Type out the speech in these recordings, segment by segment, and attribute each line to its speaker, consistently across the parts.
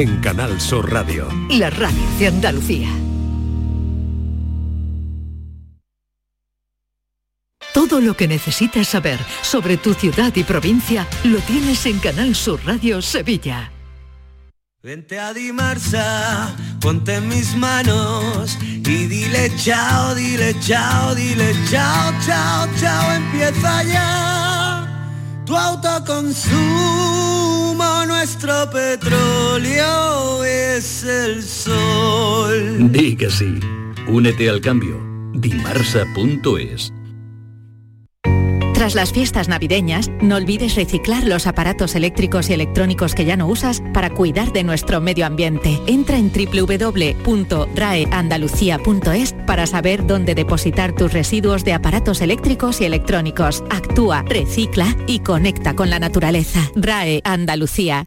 Speaker 1: En Canal Sur Radio.
Speaker 2: La radio de Andalucía. Todo lo que necesitas saber sobre tu ciudad y provincia lo tienes en Canal Sur Radio Sevilla.
Speaker 3: Vente a Dimarsa, ponte en mis manos y dile chao, dile chao, dile chao, chao, chao, empieza ya. Tu autoconsumo, nuestro petróleo es el sol.
Speaker 4: Di que sí. Únete al cambio. Dimarsa.es
Speaker 5: Tras las fiestas navideñas, no olvides reciclar los aparatos eléctricos y electrónicos que ya no usas para cuidar de nuestro medio ambiente. Entra en www.raeandalucía.es para saber dónde depositar tus residuos de aparatos eléctricos y electrónicos. Actúa, recicla y conecta con la naturaleza. RAE Andalucía.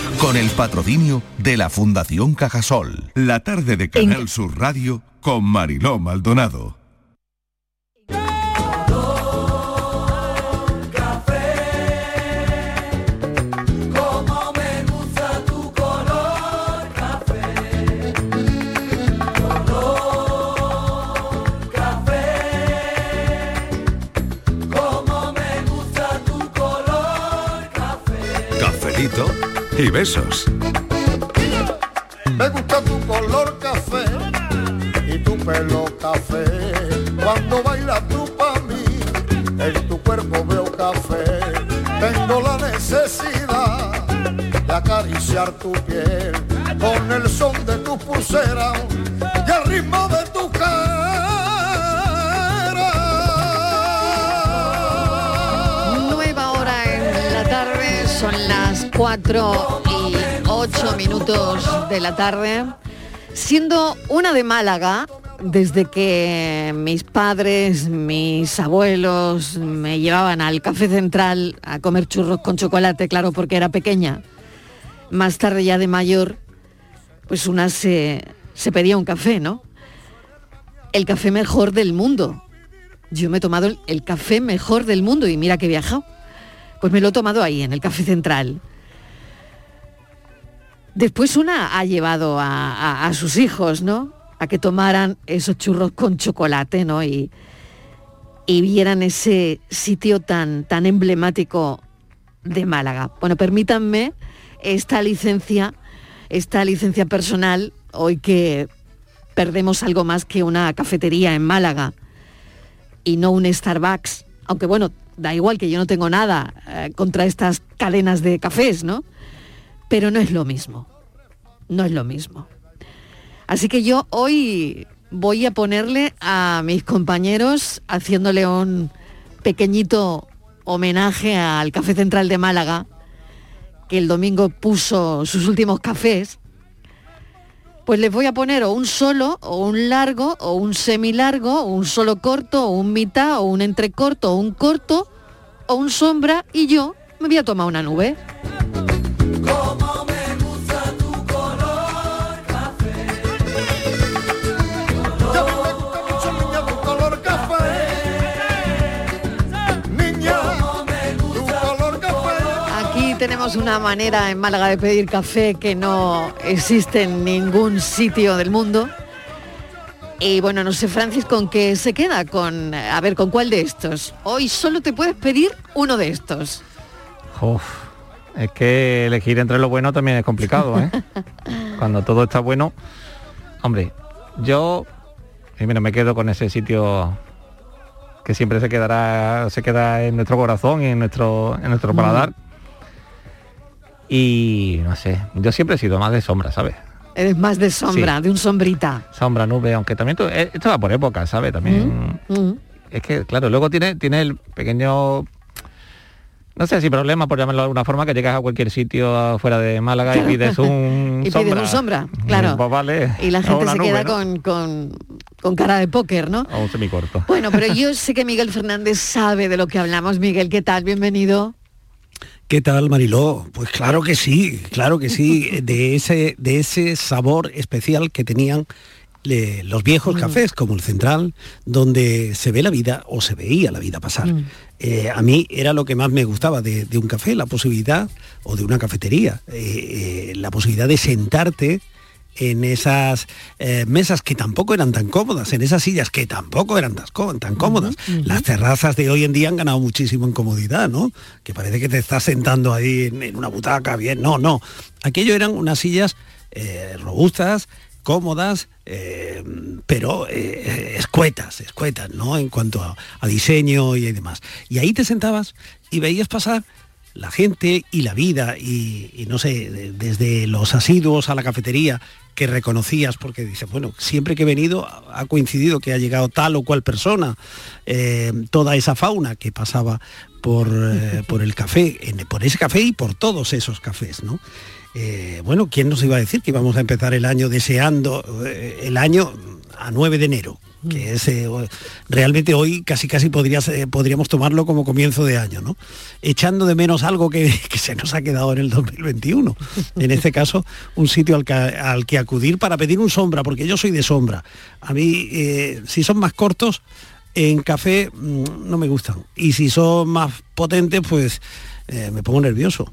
Speaker 6: con el patrocinio de la Fundación Cajasol. La tarde de Canal Sur Radio con Mariló Maldonado.
Speaker 3: Como me gusta tu color café, color café. Como me gusta tu color café.
Speaker 1: Cafelito y besos.
Speaker 7: Me gusta tu color café y tu pelo café. Cuando bailas tú pa' mí, en tu cuerpo veo café. Tengo la necesidad de acariciar tu piel con el son de tu pulsera y el ritmo de tu
Speaker 8: Nueva hora en la tarde, son las 4 y 8 minutos de la tarde. Siendo una de Málaga, desde que mis padres, mis abuelos me llevaban al café central a comer churros con chocolate, claro, porque era pequeña. Más tarde ya de mayor, pues una se, se pedía un café, ¿no? El café mejor del mundo. Yo me he tomado el- el café mejor del mundo y mira que he viajado. Pues me lo he tomado ahí, en el Café Central. Después una ha llevado a, a- a sus hijos, ¿no? A que tomaran esos churros con chocolate, ¿no? Y, y vieran ese sitio tan, tan emblemático de Málaga. Bueno, permítanme esta licencia, esta licencia personal, hoy que perdemos algo más que una cafetería en Málaga y no un Starbucks. Aunque bueno, da igual que yo no tengo nada eh, contra estas cadenas de cafés, ¿no? Pero no es lo mismo. No es lo mismo. Así que yo hoy voy a ponerle a mis compañeros, haciéndole un pequeñito homenaje al Café Central de Málaga, que el domingo puso sus últimos cafés, pues les voy a poner o un solo, o un largo, o un semilargo, o un solo corto, o un mitad, o un entrecorto, o un corto, o un sombra, y yo me voy a tomar una nube.
Speaker 7: Ya me gusta mucho niña tu color café. Niña, tu color café.
Speaker 8: Aquí tenemos una manera en Málaga de pedir café que no existe en ningún sitio del mundo. Y bueno, no sé, Francis, ¿con qué se queda? Con, a ver, ¿con cuál de estos? Hoy solo te puedes pedir uno de estos.
Speaker 9: Uf, es que elegir entre lo bueno también es complicado, ¿eh? Cuando todo está bueno. Hombre, yo primero me quedo con ese sitio que siempre se quedará, se queda en nuestro corazón y en nuestro, en nuestro paladar. Y no sé, yo siempre he sido más de sombra, ¿sabes?
Speaker 8: Eres más de sombra,
Speaker 9: Sí.
Speaker 8: de un sombrita.
Speaker 9: Sombra, nube, aunque también tú- eh, esto va por época, ¿sabes? También
Speaker 8: Mm.
Speaker 9: es que, claro, luego tiene, tiene el pequeño, no sé si problema, por llamarlo de alguna forma, que llegas a cualquier sitio fuera de Málaga y pides un
Speaker 8: Y pides
Speaker 9: sombra.
Speaker 8: un sombra, claro.
Speaker 9: Y, pues, vale,
Speaker 8: Y
Speaker 10: Ah,
Speaker 8: la
Speaker 9: o
Speaker 8: gente
Speaker 9: una
Speaker 8: se
Speaker 9: nube,
Speaker 8: queda
Speaker 9: ¿no?
Speaker 8: con, con- con cara de póker, ¿no?
Speaker 9: O un semicorto.
Speaker 8: Bueno, pero yo sé que Miguel Fernández sabe de lo que hablamos. Miguel, ¿qué tal? Bienvenido.
Speaker 10: ¿Qué tal, Mariló? Pues claro que sí, claro que sí, de ese, de ese sabor especial que tenían le- los viejos cafés, como el Central, donde se ve la vida o se veía la vida pasar. Eh, a mí era lo que más me gustaba de, de un café, la posibilidad, o de una cafetería, eh, eh, la posibilidad de sentarte en esas eh, mesas que tampoco eran tan cómodas, en esas sillas que tampoco eran tan, có- tan cómodas. Las terrazas de hoy en día han ganado muchísimo en comodidad, ¿no? Que parece que te estás sentando ahí en, en una butaca, bien. No, no. Aquello eran unas sillas eh, robustas, cómodas, eh, pero eh, escuetas, escuetas, ¿no? En cuanto a, a diseño y demás. Y ahí te sentabas y veías pasar la gente y la vida y, y no sé, de- desde los asiduos a la cafetería que reconocías porque dices, bueno, siempre que he venido ha coincidido que ha llegado tal o cual persona, eh, toda esa fauna que pasaba por, eh, por el café, en- por ese café y por todos esos cafés, ¿no? Eh, bueno, ¿quién nos iba a decir que íbamos a empezar el año deseando eh, el año a 9 de enero? Que es, eh, o- realmente hoy casi casi podrías, eh, podríamos tomarlo como comienzo de año, ¿no? Echando de menos algo que, que se nos ha quedado en el 2021. En este caso, un sitio al que, al que acudir para pedir un sombra, porque yo soy de sombra. A mí, eh, si son más cortos, en café mm, no me gustan. Y si son más potentes, pues eh, me pongo nervioso.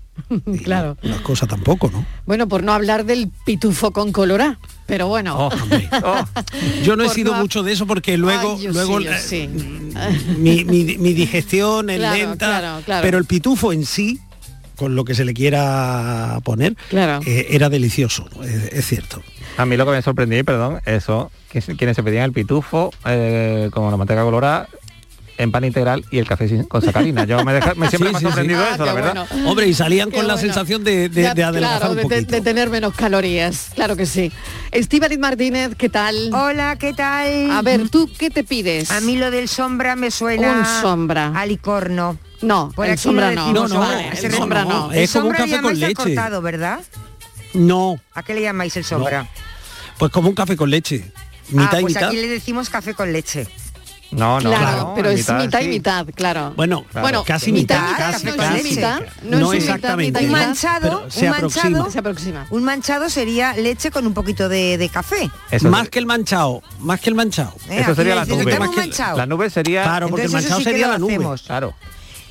Speaker 8: claro.
Speaker 10: Las cosas tampoco, ¿no?
Speaker 8: Bueno, por no hablar del pitufo con colorá, pero
Speaker 10: Oh,
Speaker 8: bueno.
Speaker 10: Yo no he sido mucho de eso porque luego,
Speaker 8: Ay, yo
Speaker 10: luego
Speaker 8: sí, yo
Speaker 10: eh,
Speaker 8: sí.
Speaker 10: mi, mi- mi digestión es
Speaker 8: Claro,
Speaker 10: lenta,
Speaker 8: claro, claro.
Speaker 10: pero el pitufo en sí, con lo que se le quiera poner, eh, era delicioso, eh, es cierto.
Speaker 9: A mí lo que me sorprendió, y perdón, eso, que se- quienes se pedían el pitufo, eh, como la manteca colorada, en pan integral y el café sin- con sacarina. Yo me, deja- me siempre
Speaker 10: Sí,
Speaker 9: me ha
Speaker 10: sí, sí.
Speaker 9: sorprendido
Speaker 10: Ah,
Speaker 9: eso,
Speaker 10: qué
Speaker 9: la verdad.
Speaker 10: bueno. Hombre, y salían con la sensación de, de-
Speaker 8: Ya,
Speaker 10: de adelgazar
Speaker 8: claro,
Speaker 10: un
Speaker 8: de,
Speaker 10: poquito.
Speaker 8: de- de tener menos calorías, claro que sí. Estíbaliz Martínez, ¿qué tal?
Speaker 11: Hola, ¿qué tal?
Speaker 8: A ver, ¿tú qué te pides?
Speaker 11: A mí lo del sombra me suena
Speaker 8: Un sombra.
Speaker 11: a licor, no.
Speaker 8: No,
Speaker 11: Por
Speaker 8: el
Speaker 11: aquí
Speaker 8: sombra
Speaker 11: no
Speaker 8: no.
Speaker 11: decimos
Speaker 8: No, no,
Speaker 11: sombra.
Speaker 8: el
Speaker 11: Se re-
Speaker 8: sombra no.
Speaker 11: El
Speaker 10: Es como un
Speaker 11: sombra
Speaker 10: café
Speaker 11: llamáis
Speaker 10: con
Speaker 11: al
Speaker 10: leche.
Speaker 11: cortado, ¿verdad?
Speaker 10: No,
Speaker 11: ¿A qué le llamáis el
Speaker 10: no.
Speaker 11: sombra?
Speaker 10: Pues como un café con leche.
Speaker 11: Ah,
Speaker 10: Mitad y
Speaker 11: pues
Speaker 10: mitad.
Speaker 11: aquí le decimos café con leche.
Speaker 9: No,
Speaker 8: Claro, Ah, pero es mitad, y
Speaker 10: sí.
Speaker 8: mitad, claro.
Speaker 10: Bueno,
Speaker 8: bueno,
Speaker 10: casi mitad, casi,
Speaker 8: no es
Speaker 10: casi.
Speaker 8: mitad, no,
Speaker 10: No
Speaker 8: es
Speaker 10: exactamente.
Speaker 8: mitad, mitad,
Speaker 11: Un
Speaker 8: mitad.
Speaker 11: manchado,
Speaker 10: Pero se
Speaker 11: un
Speaker 10: aproxima.
Speaker 11: manchado,
Speaker 10: Se
Speaker 11: un manchado sería leche con un poquito de, de café.
Speaker 10: más que el manchado, más que el manchado.
Speaker 11: Eh, Eso aquí sería le la dicen, nube. "Dame un
Speaker 10: Más que el-
Speaker 11: manchao".
Speaker 9: La nube sería...
Speaker 10: Claro, porque
Speaker 11: Entonces
Speaker 10: el
Speaker 11: eso
Speaker 10: manchado
Speaker 11: sí que
Speaker 10: sería
Speaker 11: lo
Speaker 10: la nube.
Speaker 11: hacemos.
Speaker 9: Claro.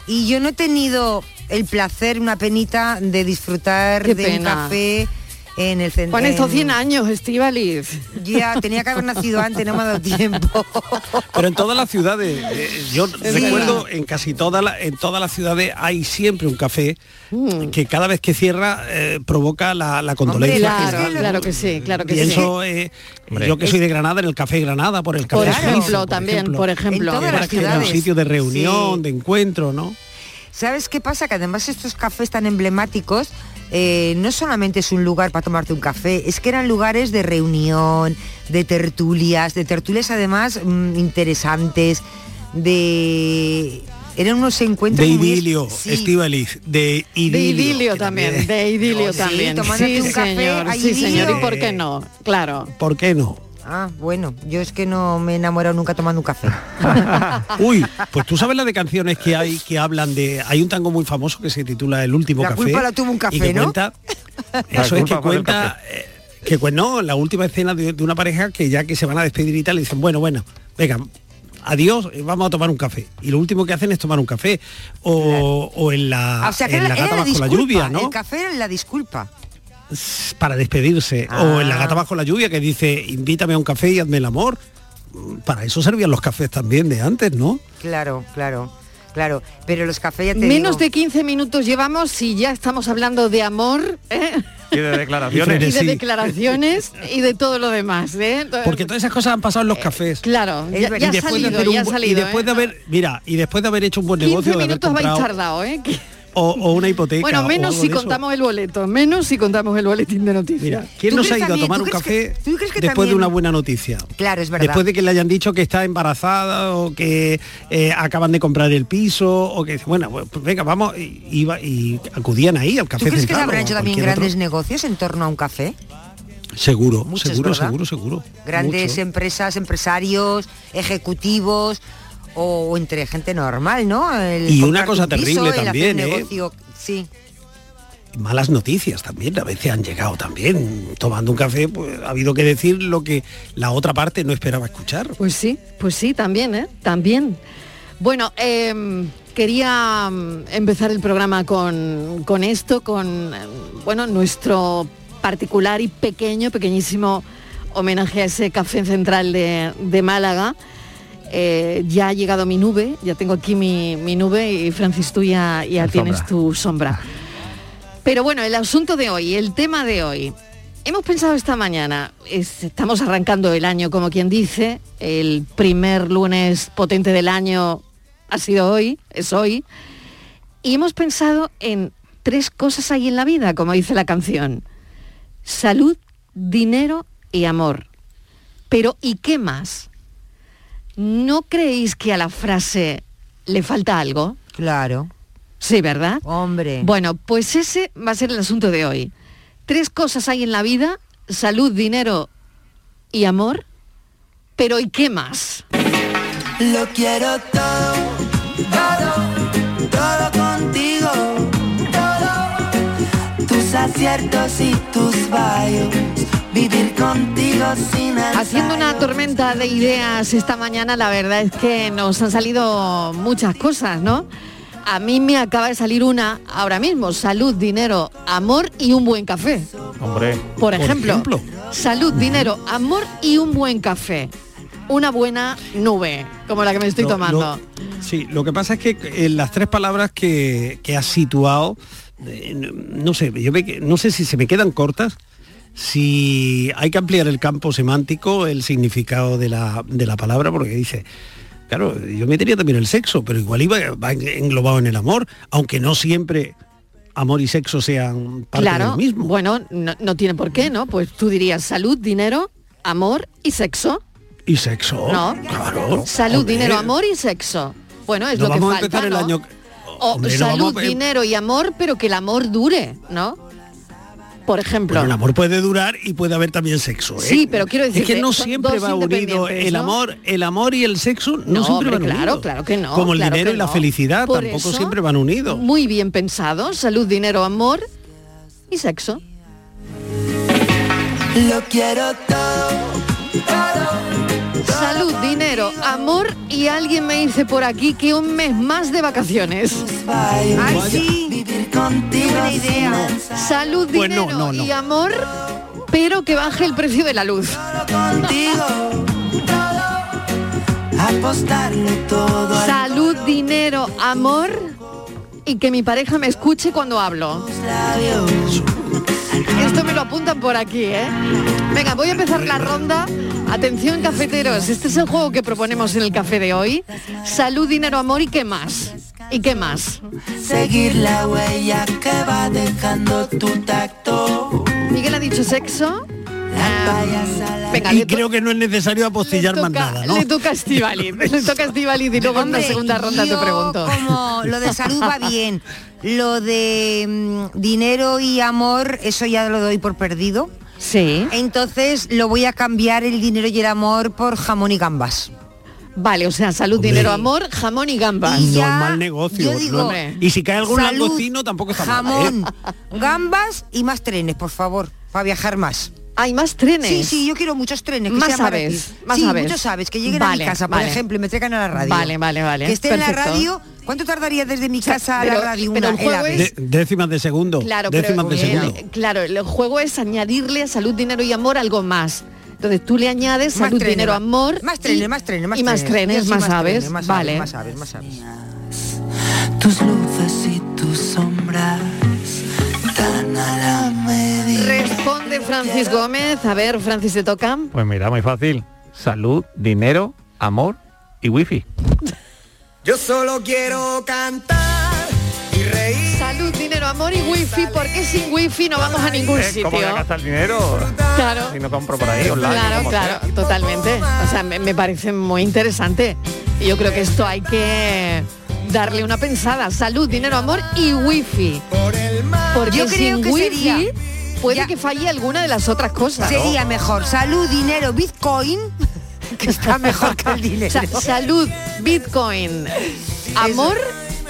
Speaker 11: Y yo no he tenido el placer, una penita, de disfrutar
Speaker 8: Qué
Speaker 11: de un
Speaker 8: pena.
Speaker 11: café en el centro.
Speaker 8: Con estos 100 años, Estíbaliz.
Speaker 11: Ya, tenía que haber nacido antes, no me ha dado tiempo.
Speaker 10: Pero en todas las ciudades, eh, yo recuerdo en casi todas las en todas las ciudades hay siempre un café
Speaker 8: Hmm,
Speaker 10: que cada vez que cierra eh, provoca la, la condolencia.
Speaker 8: Claro,
Speaker 10: general.
Speaker 8: claro que sí, claro que
Speaker 10: y
Speaker 8: sí.
Speaker 10: eso, eh, yo que soy de Granada, en el café Granada, por el café.
Speaker 8: Por
Speaker 10: suizo,
Speaker 8: ejemplo, también, por ejemplo.
Speaker 11: En todas las
Speaker 10: que era un
Speaker 11: ciudades.
Speaker 10: sitio de reunión, de encuentro, ¿no?
Speaker 11: ¿Sabes qué pasa? Que además estos cafés tan emblemáticos eh, no solamente es un lugar para tomarte un café, es que eran lugares de reunión, de tertulias, de tertulias además mm, interesantes, de... Eran unos encuentros
Speaker 10: De
Speaker 11: muy es-
Speaker 10: idilio,
Speaker 11: Sí,
Speaker 10: Estíbaliz, de idilio.
Speaker 8: De idilio también, de idilio
Speaker 11: Sí,
Speaker 8: también.
Speaker 11: tomándote
Speaker 8: Sí,
Speaker 11: un café,
Speaker 8: señor,
Speaker 11: hay
Speaker 8: sí, señor.
Speaker 11: idilio.
Speaker 8: ¿Y por qué no? Claro.
Speaker 10: ¿Por qué no?
Speaker 11: Ah, bueno, yo es que no me he enamorado nunca tomando un café.
Speaker 10: Uy, pues tú sabes la de canciones que hay que hablan de. Hay un tango muy famoso que se titula El último
Speaker 11: La
Speaker 10: café.
Speaker 8: Pues
Speaker 11: culpa la tuvo un
Speaker 10: y
Speaker 11: café,
Speaker 10: que
Speaker 11: ¿no?
Speaker 10: cuenta-
Speaker 11: La
Speaker 10: eso es que
Speaker 11: culpa fue del
Speaker 10: cuenta. eh, que pues no, la última escena de, de una pareja que ya que se van a despedir y tal, le dicen, bueno, bueno, venga, adiós, eh, vamos a tomar un café. Y lo último que hacen es tomar un café. O, o en la,
Speaker 11: O sea, que
Speaker 10: Ah, en la
Speaker 11: era, era
Speaker 10: gata
Speaker 11: la
Speaker 10: bajo
Speaker 11: disculpa,
Speaker 10: la lluvia, ¿no?
Speaker 11: El café era la disculpa.
Speaker 10: para despedirse.
Speaker 11: Ah.
Speaker 10: O en la gata bajo la lluvia que dice, invítame a un café y hazme el amor. Para eso servían los cafés también de antes, ¿no?
Speaker 11: Claro, claro, claro. Pero los cafés ya te
Speaker 8: Menos
Speaker 11: digo,
Speaker 8: de 15 minutos llevamos y ya estamos hablando de amor ¿eh?
Speaker 9: Y de declaraciones.
Speaker 8: y de declaraciones y de todo lo demás. ¿eh? Entonces,
Speaker 10: Porque todas esas cosas han pasado
Speaker 11: Eh,
Speaker 10: en los cafés.
Speaker 8: claro, ya, ya ha salido,
Speaker 10: hacer un
Speaker 8: ya ha
Speaker 10: bu- y
Speaker 8: salido.
Speaker 10: después
Speaker 8: ¿eh?
Speaker 10: de haber, mira, y después de haber hecho un buen
Speaker 8: 15
Speaker 10: negocio, de haber
Speaker 8: minutos habéis
Speaker 10: comprado
Speaker 8: tardado, ¿eh?
Speaker 10: o, o una hipoteca.
Speaker 8: Bueno,
Speaker 10: o
Speaker 8: menos
Speaker 10: algo
Speaker 8: si
Speaker 10: de eso.
Speaker 8: contamos el boleto, menos si contamos el boletín de noticias.
Speaker 10: Mira, ¿quién
Speaker 8: ¿Tú
Speaker 10: nos ha
Speaker 8: crees
Speaker 10: ido a
Speaker 8: también-
Speaker 10: tomar
Speaker 8: tú
Speaker 10: un
Speaker 8: crees
Speaker 10: café
Speaker 8: que- tú crees que
Speaker 10: después de
Speaker 8: también-
Speaker 10: una buena noticia?
Speaker 11: Claro, es verdad.
Speaker 10: Después de que le hayan dicho que está embarazada o que eh, acaban de comprar el piso o que bueno, pues venga, vamos y, y va- y acudían ahí al
Speaker 11: ¿Tú
Speaker 10: café
Speaker 11: crees que se
Speaker 10: central
Speaker 11: habrán
Speaker 10: o a
Speaker 11: hecho también
Speaker 10: cualquier otro.
Speaker 11: grandes negocios en torno a un café?
Speaker 10: Seguro,
Speaker 11: Muchos,
Speaker 10: seguro,
Speaker 11: ¿verdad?
Speaker 10: seguro, seguro.
Speaker 11: Grandes
Speaker 8: em-
Speaker 10: Mucho.
Speaker 11: empresas, empresarios, ejecutivos o, o entre gente normal, ¿no? El
Speaker 10: Y una
Speaker 11: comprarte
Speaker 10: cosa
Speaker 11: un piso,
Speaker 10: terrible
Speaker 11: el hacer
Speaker 10: también, ¿eh?
Speaker 11: negocio, Sí.
Speaker 10: malas noticias también, a veces han llegado también. Tomando un café pues, ha habido que decir lo que la otra parte no esperaba escuchar.
Speaker 8: Pues sí, pues sí, también, ¿eh? También. Bueno, em, quería em, empezar el programa con, con esto, con em, bueno, nuestro particular y pequeño, pequeñísimo homenaje a ese café central de, de Málaga. Eh, ya ha llegado mi nube, ya tengo aquí mi, mi nube y Francis, tú ya, ya
Speaker 12: La
Speaker 8: tienes
Speaker 12: sombra.
Speaker 8: tu sombra. Pero bueno, el asunto de hoy, el tema de hoy. Hemos pensado esta mañana, es- estamos arrancando el año como quien dice, el primer lunes potente del año ha sido hoy, es hoy, y hemos pensado en tres cosas ahí en la vida, como dice la canción. Salud, dinero y amor. Pero ¿y qué más? ¿No creéis que a la frase le falta algo?
Speaker 11: Claro.
Speaker 8: Sí, ¿verdad?
Speaker 11: Hombre.
Speaker 8: Bueno, pues ese va a ser el asunto de hoy. Tres cosas hay en la vida, salud, dinero y amor, pero ¿y qué más?
Speaker 12: Lo quiero todo, todo, todo contigo, todo. Tus aciertos y tus fallos, vivir contigo sin
Speaker 8: Haciendo una tormenta de ideas esta mañana, la verdad es que nos han salido muchas cosas, ¿no? A mí me acaba de salir una ahora mismo, salud, dinero, amor y un buen café.
Speaker 9: Hombre.
Speaker 8: Por ejemplo, salud, dinero, amor y un buen café. Una buena nube, como la que me estoy
Speaker 10: Lo-
Speaker 8: tomando.
Speaker 10: lo- sí, lo que pasa es que eh, las tres palabras que, que has situado, eh, no, no sé, yo me que- no sé si se me quedan cortas, si hay que ampliar el campo semántico, el significado de la, de la palabra, porque dice, claro, yo metería también el sexo, pero igual iba, va en- englobado en el amor, aunque no siempre amor y sexo sean parte
Speaker 8: claro,
Speaker 10: del mismo.
Speaker 8: bueno, no, no tiene por qué, ¿no? Pues tú dirías salud, dinero, amor y sexo,
Speaker 10: Y sexo,
Speaker 8: ¿no?
Speaker 10: claro.
Speaker 8: Salud,
Speaker 10: hombre.
Speaker 8: dinero, amor y sexo. Bueno, es
Speaker 10: No
Speaker 8: lo que
Speaker 10: vamos a
Speaker 8: falta,
Speaker 10: empezar
Speaker 8: ¿no?
Speaker 10: el año...
Speaker 8: O
Speaker 10: hombre, no
Speaker 8: salud,
Speaker 10: vamos a- em-
Speaker 8: dinero y amor, pero que el amor dure, ¿no? Por ejemplo.
Speaker 10: Bueno, el amor puede durar y puede haber también sexo. ¿eh?
Speaker 8: Sí, pero quiero
Speaker 10: Es que
Speaker 8: decirte,
Speaker 10: no
Speaker 8: son
Speaker 10: siempre
Speaker 8: dos
Speaker 10: va unido
Speaker 8: independientes,
Speaker 10: el
Speaker 8: ¿no?
Speaker 10: amor, el amor y el sexo no,
Speaker 8: No,
Speaker 10: siempre
Speaker 8: hombre,
Speaker 10: van
Speaker 8: claro,
Speaker 10: unidos.
Speaker 8: claro que no,
Speaker 10: Como el
Speaker 8: claro
Speaker 10: dinero
Speaker 8: que
Speaker 10: y la
Speaker 8: no.
Speaker 10: felicidad
Speaker 8: Por
Speaker 10: tampoco
Speaker 8: eso, Mm,
Speaker 10: siempre van unidos.
Speaker 8: Muy bien pensado, salud, dinero, amor y sexo.
Speaker 12: Lo quiero todo,
Speaker 8: Salud, dinero, amor y alguien me dice por aquí que un mes más de vacaciones.
Speaker 11: Ah,
Speaker 12: Ay, sí. vivir contigo
Speaker 8: Buena
Speaker 12: sin
Speaker 8: idea.
Speaker 12: pensar.
Speaker 8: Salud,
Speaker 12: Pues no,
Speaker 8: dinero
Speaker 12: no, no.
Speaker 8: y amor, pero que baje el precio de la luz.
Speaker 12: contigo, apostarlo todo al
Speaker 8: Salud, dinero, amor y que mi pareja me escuche cuando hablo. Esto me lo apuntan por aquí, ¿eh? Venga, voy a empezar la ronda. Atención, cafeteros, este es el juego que proponemos en el café de hoy. Salud, dinero, amor y qué más. ¿Y qué más?
Speaker 12: seguir la huella que va dejando tu tacto.
Speaker 8: Miguel ha dicho sexo. Ah, venga,
Speaker 10: y
Speaker 8: le, to-
Speaker 10: creo que no es necesario apostillar más nada, ¿no?
Speaker 8: le toca a Estivali. Le toca a Estivali y luego en la
Speaker 11: Hombre,
Speaker 8: segunda ronda te
Speaker 11: yo
Speaker 8: pregunto.
Speaker 11: como lo de salud va bien, lo de mm, dinero y amor, eso ya lo doy por perdido.
Speaker 8: Sí.
Speaker 11: Entonces lo voy a cambiar el dinero y el amor por jamón y gambas.
Speaker 8: Vale, o sea, salud, dinero, amor, jamón y gambas.
Speaker 11: Y ya,
Speaker 10: Normal negocio.
Speaker 11: yo digo,
Speaker 10: no- y si cae algún
Speaker 11: salud,
Speaker 10: langostino tampoco está mal, ¿eh?
Speaker 11: Jamón, gambas y más trenes, por favor, para viajar más.
Speaker 8: Hay más trenes.
Speaker 11: Sí, sí, yo quiero muchos trenes. Que
Speaker 8: Más
Speaker 11: sean
Speaker 8: aves,
Speaker 11: baratís.
Speaker 8: más
Speaker 11: sí,
Speaker 8: aves.
Speaker 11: muchos aves, que lleguen
Speaker 8: Vale,
Speaker 11: a mi casa,
Speaker 8: vale.
Speaker 11: por ejemplo, y me traigan a la radio.
Speaker 8: Vale, vale, vale.
Speaker 11: Que esté en la
Speaker 8: Perfecto.
Speaker 11: radio. ¿Cuánto tardaría desde mi casa a
Speaker 8: pero-
Speaker 11: la radio?
Speaker 8: pero el
Speaker 11: una,
Speaker 8: juego
Speaker 11: ave?
Speaker 8: es-
Speaker 10: De- décimas de segundo.
Speaker 8: Claro,
Speaker 10: décimas de
Speaker 8: pero, eh,
Speaker 10: segundo.
Speaker 8: claro, el juego es añadirle a salud, dinero y amor algo más. Entonces tú le añades
Speaker 11: Más
Speaker 8: salud,
Speaker 11: trenes,
Speaker 8: dinero,
Speaker 11: va.
Speaker 8: amor.
Speaker 11: Más trenes,
Speaker 8: y-
Speaker 11: más trenes, más
Speaker 8: Y más trenes,
Speaker 11: Sí,
Speaker 8: más, aves.
Speaker 11: trenes, más
Speaker 8: vale.
Speaker 11: Más aves, más aves.
Speaker 12: Tus luces y tus sombras tan a la medida.
Speaker 8: Responde Francis Gómez. A ver, Francis, te toca.
Speaker 9: Pues mira, muy fácil. Salud, dinero, amor y wifi.
Speaker 3: Yo solo quiero cantar.
Speaker 8: Salud, dinero, amor y wifi, porque sin wifi no vamos a ningún
Speaker 9: Eh,
Speaker 8: sitio.
Speaker 9: ¿Cómo voy a gastar dinero?
Speaker 8: Claro.
Speaker 9: Si no compro por ahí online.
Speaker 8: Claro,
Speaker 9: como sea.
Speaker 8: claro, totalmente. O sea, me, me parece muy interesante. Y Yo creo que esto hay que darle una pensada. Salud, dinero, amor y wifi. Porque
Speaker 11: Yo creo
Speaker 8: sin
Speaker 11: que
Speaker 8: wifi
Speaker 11: sería-
Speaker 8: puede que falle alguna de las otras cosas.
Speaker 11: Sería mejor salud, dinero, bitcoin, que está mejor que el dinero.
Speaker 8: Sa- salud, bitcoin, amor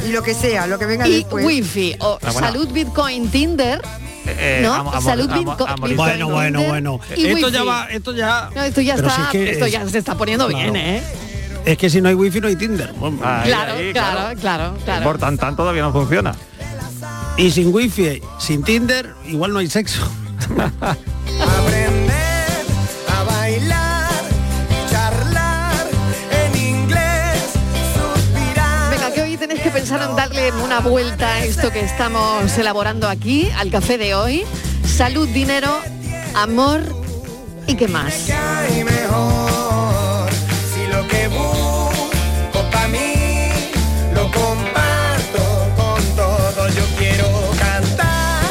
Speaker 11: y lo que sea, lo que venga
Speaker 8: y
Speaker 11: después.
Speaker 8: wifi. O
Speaker 10: Ah, bueno.
Speaker 8: salud, bitcoin, Tinder.
Speaker 10: Eh,
Speaker 8: ¿No?
Speaker 10: amor, amor,
Speaker 8: salud,
Speaker 10: amor,
Speaker 8: bitco-
Speaker 10: amor.
Speaker 8: bitcoin.
Speaker 10: Bueno, bueno,
Speaker 8: Tinder
Speaker 10: bueno.
Speaker 8: y
Speaker 10: Esto ya
Speaker 8: wifi.
Speaker 10: va- esto ya.
Speaker 8: No, esto ya
Speaker 10: Pero
Speaker 8: está,
Speaker 10: si es que
Speaker 8: esto
Speaker 10: es-
Speaker 8: ya se está poniendo
Speaker 10: Claro.
Speaker 8: bien, ¿eh?
Speaker 10: Es que si no hay wifi no hay Tinder. Vamos.
Speaker 8: Claro, claro, claro, claro.
Speaker 9: Por tan tan todavía no funciona.
Speaker 10: Y sin wifi, sin Tinder, igual no hay sexo.
Speaker 3: a bailar, charlar en inglés, suspirar.
Speaker 8: Venga, que hoy tenéis que pensar en darle una vuelta a esto que estamos elaborando aquí, al café de hoy. Salud, dinero, amor y qué más.
Speaker 3: y mejor. Si lo que busco para mí lo comparto con todo, yo quiero cantar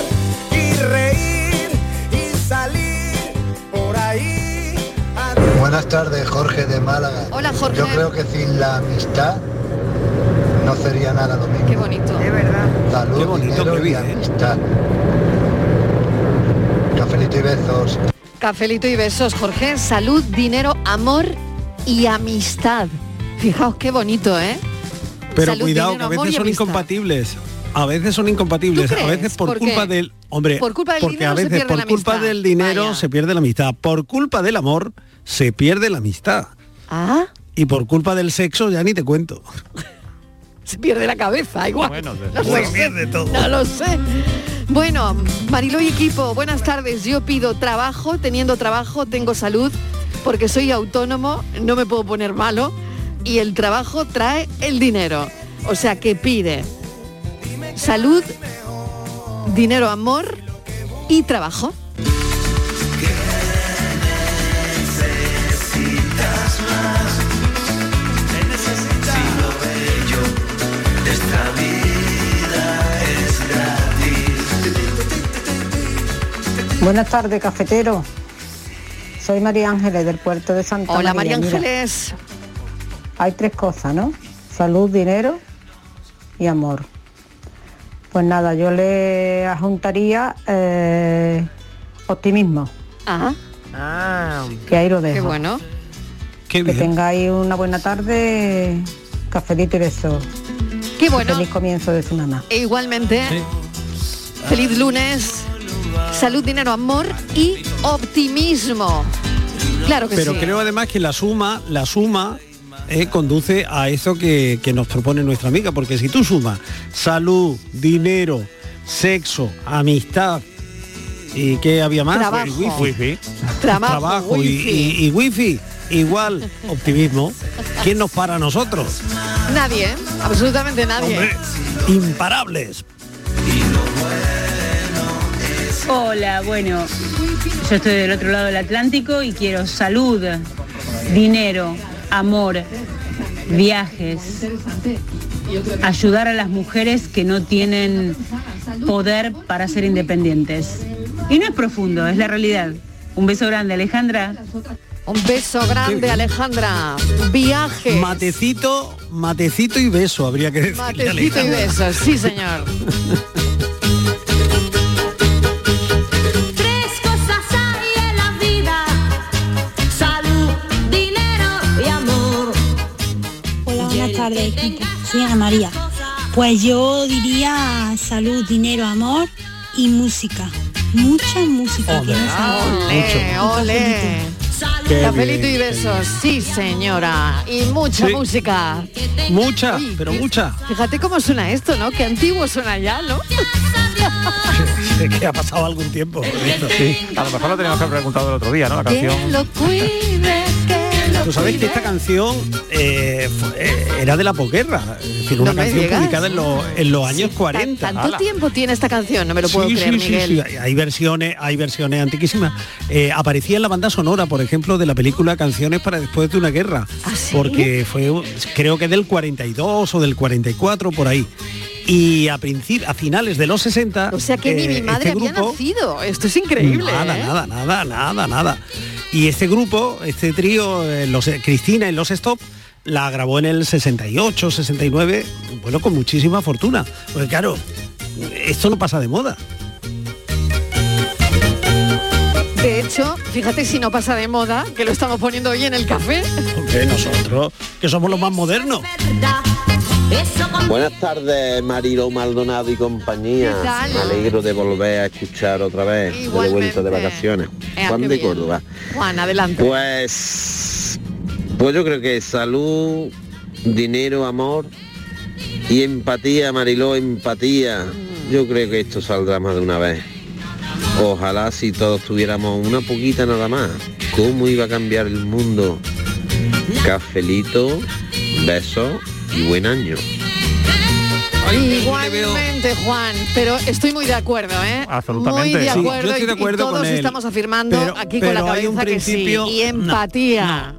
Speaker 3: y reír y salir por ahí.
Speaker 13: Buenas tardes, Jorge de Málaga.
Speaker 8: Hola, Jorge.
Speaker 13: Yo creo que sin la amistad no sería nada lo mismo.
Speaker 8: Qué bonito.
Speaker 13: De
Speaker 11: verdad.
Speaker 13: Salud, dinero y amistad. Cafelito y besos.
Speaker 8: Cafelito y besos, Jorge. Salud, dinero, amor y amistad. Fijaos qué bonito, ¿eh?
Speaker 10: Pero
Speaker 8: Salud,
Speaker 10: cuidado,
Speaker 8: dinero,
Speaker 10: que a
Speaker 8: amor y
Speaker 10: veces son
Speaker 8: amistad.
Speaker 10: incompatibles. A veces son incompatibles,
Speaker 8: ¿Tú
Speaker 10: a
Speaker 8: crees?
Speaker 10: veces por,
Speaker 8: ¿Por qué?
Speaker 10: culpa del hombre,
Speaker 8: Por culpa del
Speaker 10: porque a
Speaker 8: dinero se
Speaker 10: veces
Speaker 8: pierde
Speaker 10: por
Speaker 8: la
Speaker 10: culpa
Speaker 8: amistad.
Speaker 10: del dinero se pierde la amistad, por culpa del amor se pierde la amistad.
Speaker 8: Ah,
Speaker 10: Y por culpa del sexo ya ni te cuento.
Speaker 8: se pierde la cabeza, igual.
Speaker 10: Bueno,
Speaker 8: no,
Speaker 10: se
Speaker 8: lo
Speaker 10: pierde
Speaker 8: sé.
Speaker 10: todo.
Speaker 8: no lo sé. Bueno, Mariló y equipo, buenas tardes. Yo pido trabajo, teniendo trabajo tengo salud, porque soy autónomo, no me puedo poner malo, y el trabajo trae el dinero. O sea, que pide salud, dinero, amor y trabajo.
Speaker 12: Necesitas más. Te necesitas. Si lo bello de esta vida es gratis.
Speaker 14: Buenas tardes, cafetero. Soy María Ángeles del puerto de Santa
Speaker 8: Hola,
Speaker 14: María.
Speaker 8: María
Speaker 14: Mira,
Speaker 8: Ángeles.
Speaker 14: hay tres cosas, ¿no? Salud, dinero y amor. Pues nada, yo le ajuntaría eh, optimismo. Que ahí lo dejo.
Speaker 8: Ah. Qué bueno.
Speaker 14: que tengáis una buena tarde, cafetito y beso.
Speaker 8: Qué bueno.
Speaker 14: Feliz comienzo de semana.
Speaker 8: E igualmente, feliz lunes, salud, dinero, amor y optimismo. Claro que
Speaker 10: Pero
Speaker 8: sí.
Speaker 10: creo además que la suma, la suma eh, conduce a eso que, que nos propone nuestra amiga, porque si tú sumas salud, dinero, sexo, amistad y qué había más,
Speaker 8: Trabajo.
Speaker 10: El wifi,
Speaker 8: Trabajo,
Speaker 10: Trabajo y-
Speaker 8: wifi.
Speaker 10: Y, y wifi, igual optimismo. ¿Quién nos para a nosotros?
Speaker 8: Nadie, ¿eh? absolutamente nadie.
Speaker 10: Hombre, imparables.
Speaker 15: Hola, bueno, yo estoy del otro lado del Atlántico y quiero salud, dinero, amor, viajes, ayudar a las mujeres que no tienen poder para ser independientes. Y no es profundo, es la realidad. Un beso grande, Alejandra.
Speaker 8: Un beso grande, Alejandra. Viaje.
Speaker 10: Matecito, matecito y beso, habría que decirle a
Speaker 8: Matecito y
Speaker 10: Alejandra.
Speaker 8: besos, sí señor.
Speaker 16: Tres cosas hay en la vida. Salud, dinero y amor.
Speaker 17: Hola, buenas tardes. equipo. Soy Ana María. Pues yo diría salud, dinero, amor y música. Mucha música.
Speaker 10: Ole,
Speaker 17: tienes ahora.
Speaker 10: ole,
Speaker 8: ole.
Speaker 10: Qué
Speaker 8: Cafelito
Speaker 10: bien.
Speaker 8: y besos, sí señora, y mucha
Speaker 10: Sí.
Speaker 8: música.
Speaker 10: Mucha, pero mucha.
Speaker 8: Fíjate cómo suena esto, ¿no? Qué antiguo suena ya, ¿no?
Speaker 10: Es que ha pasado algún tiempo.
Speaker 9: Sí, a lo mejor lo teníamos que haber preguntado el otro día, ¿no? La
Speaker 8: Que
Speaker 9: canción.
Speaker 8: lo cuide, que lo
Speaker 10: Tú sabes que
Speaker 8: cuide.
Speaker 10: esta canción eh, fue- eh, era de la posguerra, es decir, una
Speaker 8: No me
Speaker 10: canción
Speaker 8: digas.
Speaker 10: publicada en los, en los años 40.
Speaker 8: ¿Tanto
Speaker 10: Ala.
Speaker 8: tiempo tiene esta canción? No me lo puedo
Speaker 10: Sí,
Speaker 8: creer,
Speaker 10: sí, sí,
Speaker 8: Miguel.
Speaker 10: sí, hay- hay versiones, hay versiones antiquísimas. Eh, aparecía en la banda sonora, por ejemplo, de la película Canciones para después de una guerra,
Speaker 8: ¿Ah,
Speaker 10: porque fue un- creo que del 42 o del 44 por ahí. Y a princip- a finales de los 60,
Speaker 8: O sea que ni
Speaker 10: eh,
Speaker 8: mi madre
Speaker 10: este
Speaker 8: había
Speaker 10: grupo-
Speaker 8: nacido. Esto es increíble.
Speaker 10: Nada,
Speaker 8: ¿eh?
Speaker 10: nada, nada, nada, nada. Y este grupo, este trío, eh, los, eh, Cristina en los Stop, la grabó en el 68, 69, bueno, con muchísima fortuna. Porque claro, esto no pasa de moda.
Speaker 8: De hecho, fíjate si no pasa de moda, que lo estamos poniendo hoy en el café.
Speaker 10: Porque nosotros, que somos los más modernos.
Speaker 18: Buenas tardes, Marilo Maldonado y compañía.
Speaker 8: ¿Qué tal?
Speaker 18: Me alegro de volver a escuchar otra vez de vuelta de vacaciones.
Speaker 8: Eh,
Speaker 18: Juan
Speaker 8: qué
Speaker 18: de
Speaker 8: bien.
Speaker 18: Córdoba.
Speaker 8: Juan, adelante.
Speaker 18: Pues, pues yo creo que salud, dinero, amor y empatía, Mariló, empatía. Yo creo que esto saldrá más de una vez. Ojalá si todos tuviéramos una poquita nada más. ¿Cómo iba a cambiar el mundo? Cafelito, besos y buen año.
Speaker 8: Igualmente, Juan, pero estoy muy de acuerdo, ¿eh?
Speaker 10: Absolutamente.
Speaker 8: Muy de
Speaker 10: Sí, yo
Speaker 8: acuerdo,
Speaker 10: estoy de
Speaker 8: y-
Speaker 10: acuerdo
Speaker 8: y,
Speaker 10: con
Speaker 8: todos
Speaker 10: él.
Speaker 8: estamos afirmando
Speaker 10: Pero-
Speaker 8: aquí
Speaker 10: pero
Speaker 8: con la
Speaker 10: hay
Speaker 8: cabeza
Speaker 10: un
Speaker 8: que
Speaker 10: principio-
Speaker 8: sí. Y
Speaker 10: no,
Speaker 8: empatía.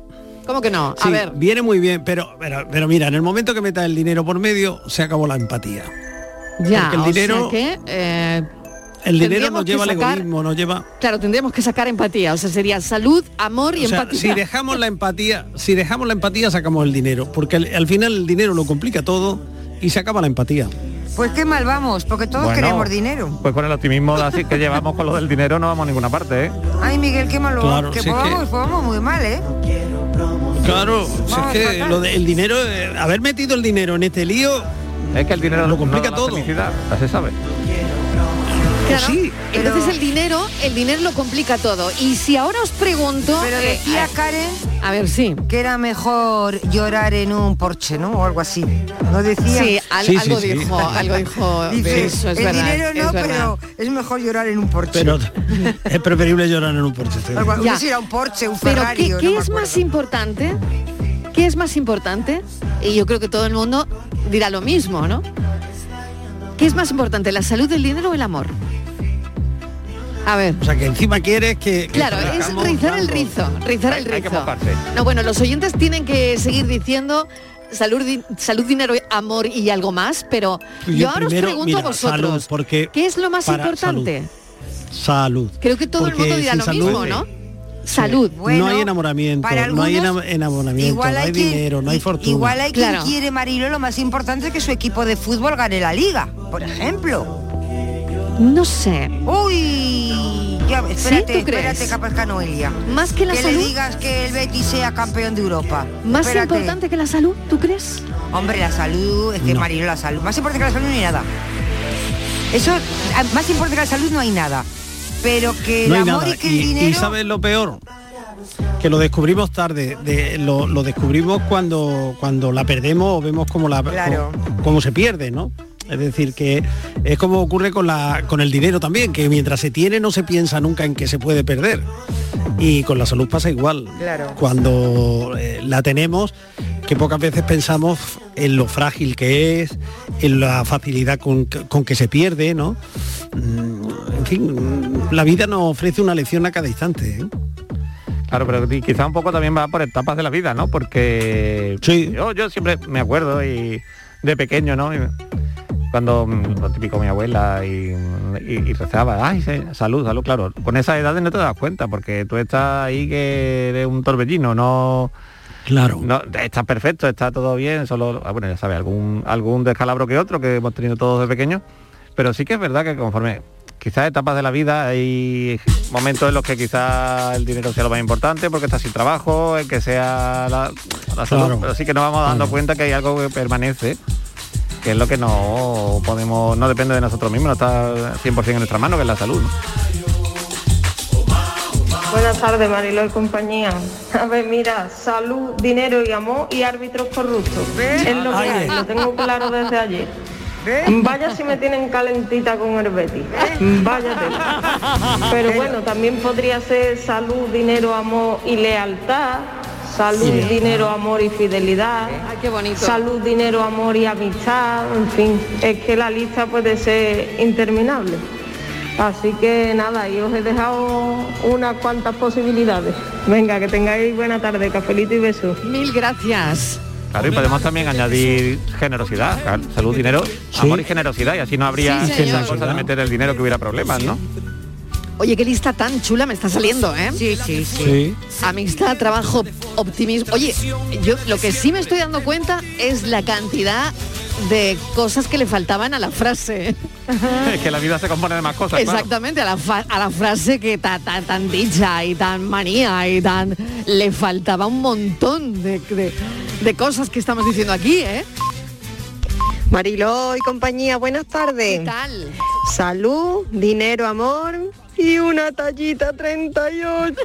Speaker 8: ¿Cómo que no?
Speaker 10: Sí,
Speaker 8: A ver,
Speaker 10: Viene muy bien, pero, pero, pero mira, en el momento que metas el dinero por medio, se acabó la empatía.
Speaker 8: ya,
Speaker 10: porque el
Speaker 8: o
Speaker 10: dinero-
Speaker 8: sea que, eh,
Speaker 10: El dinero
Speaker 8: Tendríamos
Speaker 10: nos
Speaker 8: que
Speaker 10: lleva al
Speaker 8: sacar-
Speaker 10: egoísmo, nos lleva.
Speaker 8: claro, tendríamos que sacar empatía, o sea, sería salud, amor y
Speaker 10: O sea,
Speaker 8: empatía.
Speaker 10: si dejamos la empatía, si dejamos la empatía sacamos el dinero, porque al, al final el dinero lo complica todo y se acaba la empatía.
Speaker 11: Pues qué mal vamos, porque todos
Speaker 9: Bueno.
Speaker 11: queremos dinero.
Speaker 9: Pues con el optimismo así que llevamos con lo del dinero no vamos a ninguna parte, ¿eh?
Speaker 11: Ay, Miguel, qué mal vamos.
Speaker 9: Claro,
Speaker 11: que
Speaker 9: si es
Speaker 11: pues
Speaker 9: que-
Speaker 11: vamos, pues vamos muy mal, ¿eh?
Speaker 10: Claro, si es que lo de- el dinero, eh, haber metido el dinero en este lío,
Speaker 9: es que el dinero
Speaker 10: lo complica
Speaker 9: no da
Speaker 10: todo.
Speaker 9: felicidad, ya se sabe.
Speaker 8: Claro,
Speaker 11: Pues
Speaker 8: entonces el dinero, el dinero lo complica todo. Y si ahora os pregunto...
Speaker 11: Pero
Speaker 8: eh,
Speaker 11: decía
Speaker 8: eh,
Speaker 11: Karen
Speaker 8: A ver, sí.
Speaker 11: que era mejor llorar en un porche, ¿no? O algo así. No decía.
Speaker 8: Sí, al- Sí, sí, algo sí. dijo, algo dijo
Speaker 11: Dice,
Speaker 8: de eso, es
Speaker 11: el
Speaker 8: verdad,
Speaker 11: dinero no,
Speaker 8: es verdad".
Speaker 11: pero es mejor llorar en un porche.
Speaker 10: pero es preferible llorar en un porche. te digo.
Speaker 11: Algo-
Speaker 8: Ya.
Speaker 11: no sé si era un porche, un
Speaker 8: Pero
Speaker 11: Ferrari.
Speaker 8: ¿qué,
Speaker 11: o
Speaker 8: qué
Speaker 11: no me
Speaker 8: es
Speaker 11: acuerdo.
Speaker 8: más importante? ¿Qué es más importante? Y yo creo que todo el mundo dirá lo mismo, ¿no? ¿Qué es más importante, la salud del dinero o el amor? A ver.
Speaker 10: O sea, que encima quieres Eh, que... que
Speaker 8: Claro, es
Speaker 10: tengamos-
Speaker 8: rizar el rizo, rizar el
Speaker 10: Hay que
Speaker 8: rizo.
Speaker 10: mojarse.
Speaker 8: No, bueno, los oyentes tienen que seguir diciendo salud, di- salud, dinero, amor y algo más, pero yo,
Speaker 10: Yo
Speaker 8: ahora
Speaker 10: primero,
Speaker 8: os pregunto
Speaker 10: mira,
Speaker 8: a vosotros,
Speaker 10: salud, porque
Speaker 8: ¿qué es lo más
Speaker 10: para
Speaker 8: importante?
Speaker 10: Salud.
Speaker 8: Creo que todo el
Speaker 10: Porque
Speaker 8: mundo dirá
Speaker 10: sin
Speaker 8: lo
Speaker 10: salud-
Speaker 8: mismo, ¿no? Salud.
Speaker 10: no hay enamoramiento,
Speaker 11: para
Speaker 10: no hay
Speaker 11: algunos,
Speaker 10: ena- enamoramiento,
Speaker 11: igual
Speaker 10: no hay,
Speaker 11: hay quien-
Speaker 10: dinero, no hay fortuna.
Speaker 11: Igual hay
Speaker 8: Claro.
Speaker 11: quien quiere, Marilo, lo más importante es que su equipo de fútbol gane la liga, por ejemplo.
Speaker 8: No sé.
Speaker 11: Uy, ya,
Speaker 8: ¿Sí?
Speaker 11: espérate,
Speaker 8: ¿Tú crees?
Speaker 11: espérate, capaz que Noelia.
Speaker 8: Más que la
Speaker 11: le
Speaker 8: salud.
Speaker 11: digas que el Betis sea campeón de Europa.
Speaker 8: ¿Más
Speaker 11: Espérate.
Speaker 8: importante que la salud, tú crees?
Speaker 11: Hombre, la salud, es que Marilo, la salud. Más importante que la salud no hay nada. Eso, a- más importante que la salud no hay nada. Pero que el
Speaker 10: No hay
Speaker 11: amor
Speaker 10: nada.
Speaker 11: y que el dinero.
Speaker 10: sabes lo peor, que lo descubrimos tarde, de- lo, lo descubrimos cuando, cuando la perdemos o vemos como la
Speaker 11: Claro.
Speaker 10: como, como se pierde, ¿no? Es decir, que es como ocurre con, la, con el dinero también, que mientras se tiene no se piensa nunca en que se puede perder. Y con la salud pasa igual.
Speaker 11: Claro.
Speaker 10: Cuando eh, la tenemos, que pocas veces pensamos en lo frágil que es, en la facilidad con, que- con que se pierde, ¿no? Mm, En fin, la vida nos ofrece una lección a cada instante. ¿eh?
Speaker 9: Claro, pero ti- quizá un poco también va por etapas de la vida, ¿no? Porque yo, yo siempre me acuerdo y de pequeño, ¿no? Y cuando mm, lo típico mi abuela y, y- y rezaba, ay, se- salud, salud, claro. Con esas edades no te das cuenta porque tú estás ahí que eres un torbellino, no.
Speaker 10: Claro.
Speaker 9: No, estás perfecto, está todo bien, solo, ah, bueno, ya sabes, algún, algún descalabro que otro que hemos tenido todos de pequeños, pero sí que es verdad que conforme quizás etapas de la vida hay momentos en los que quizás el dinero sea lo más importante porque estás sin trabajo, el que sea la, la salud,
Speaker 10: Claro.
Speaker 9: pero sí que nos vamos dando cuenta que hay algo que permanece que es lo que no podemos, no depende de nosotros mismos, no está 100% en nuestra mano, que es la salud. ¿no?
Speaker 19: Buenas tardes, Mariló y compañía. A ver, mira, salud, dinero y amor y árbitros corruptos. Es lo que hay, lo tengo claro desde ayer. Vaya si me tienen calentita con el Betis. Vaya tela. Pero
Speaker 20: Eh,
Speaker 19: bueno, también podría ser salud, dinero, amor y lealtad. Salud,
Speaker 20: Sí.
Speaker 19: dinero, amor y fidelidad.
Speaker 20: Ah, qué bonito.
Speaker 19: Salud, dinero, amor y amistad. En fin, es que la lista puede ser interminable. Así que nada, y os he dejado unas cuantas posibilidades. Venga, que tengáis buena tarde, cafelito y besos.
Speaker 8: Mil gracias.
Speaker 9: Claro, y podemos también añadir generosidad, claro, salud, dinero, amor y generosidad, y así no habría
Speaker 8: Sí, señor.
Speaker 9: esa cosa de meter el dinero que hubiera problemas, ¿no?
Speaker 8: Oye, qué lista tan chula me está saliendo, ¿eh? Sí, sí,
Speaker 9: Sí.
Speaker 8: Amistad, trabajo, optimismo. Oye, yo lo que sí me estoy dando cuenta es la cantidad de cosas que le faltaban a la frase.
Speaker 9: Es que la vida se compone de más cosas. claro.
Speaker 8: Exactamente, a la, fa- a la frase que ta- ta- tan dicha y tan manía y tan... Le faltaba un montón de, de- de cosas que estamos diciendo aquí, ¿eh?
Speaker 21: Mariló y compañía, buenas tardes. Salud, dinero, amor y una tallita 38.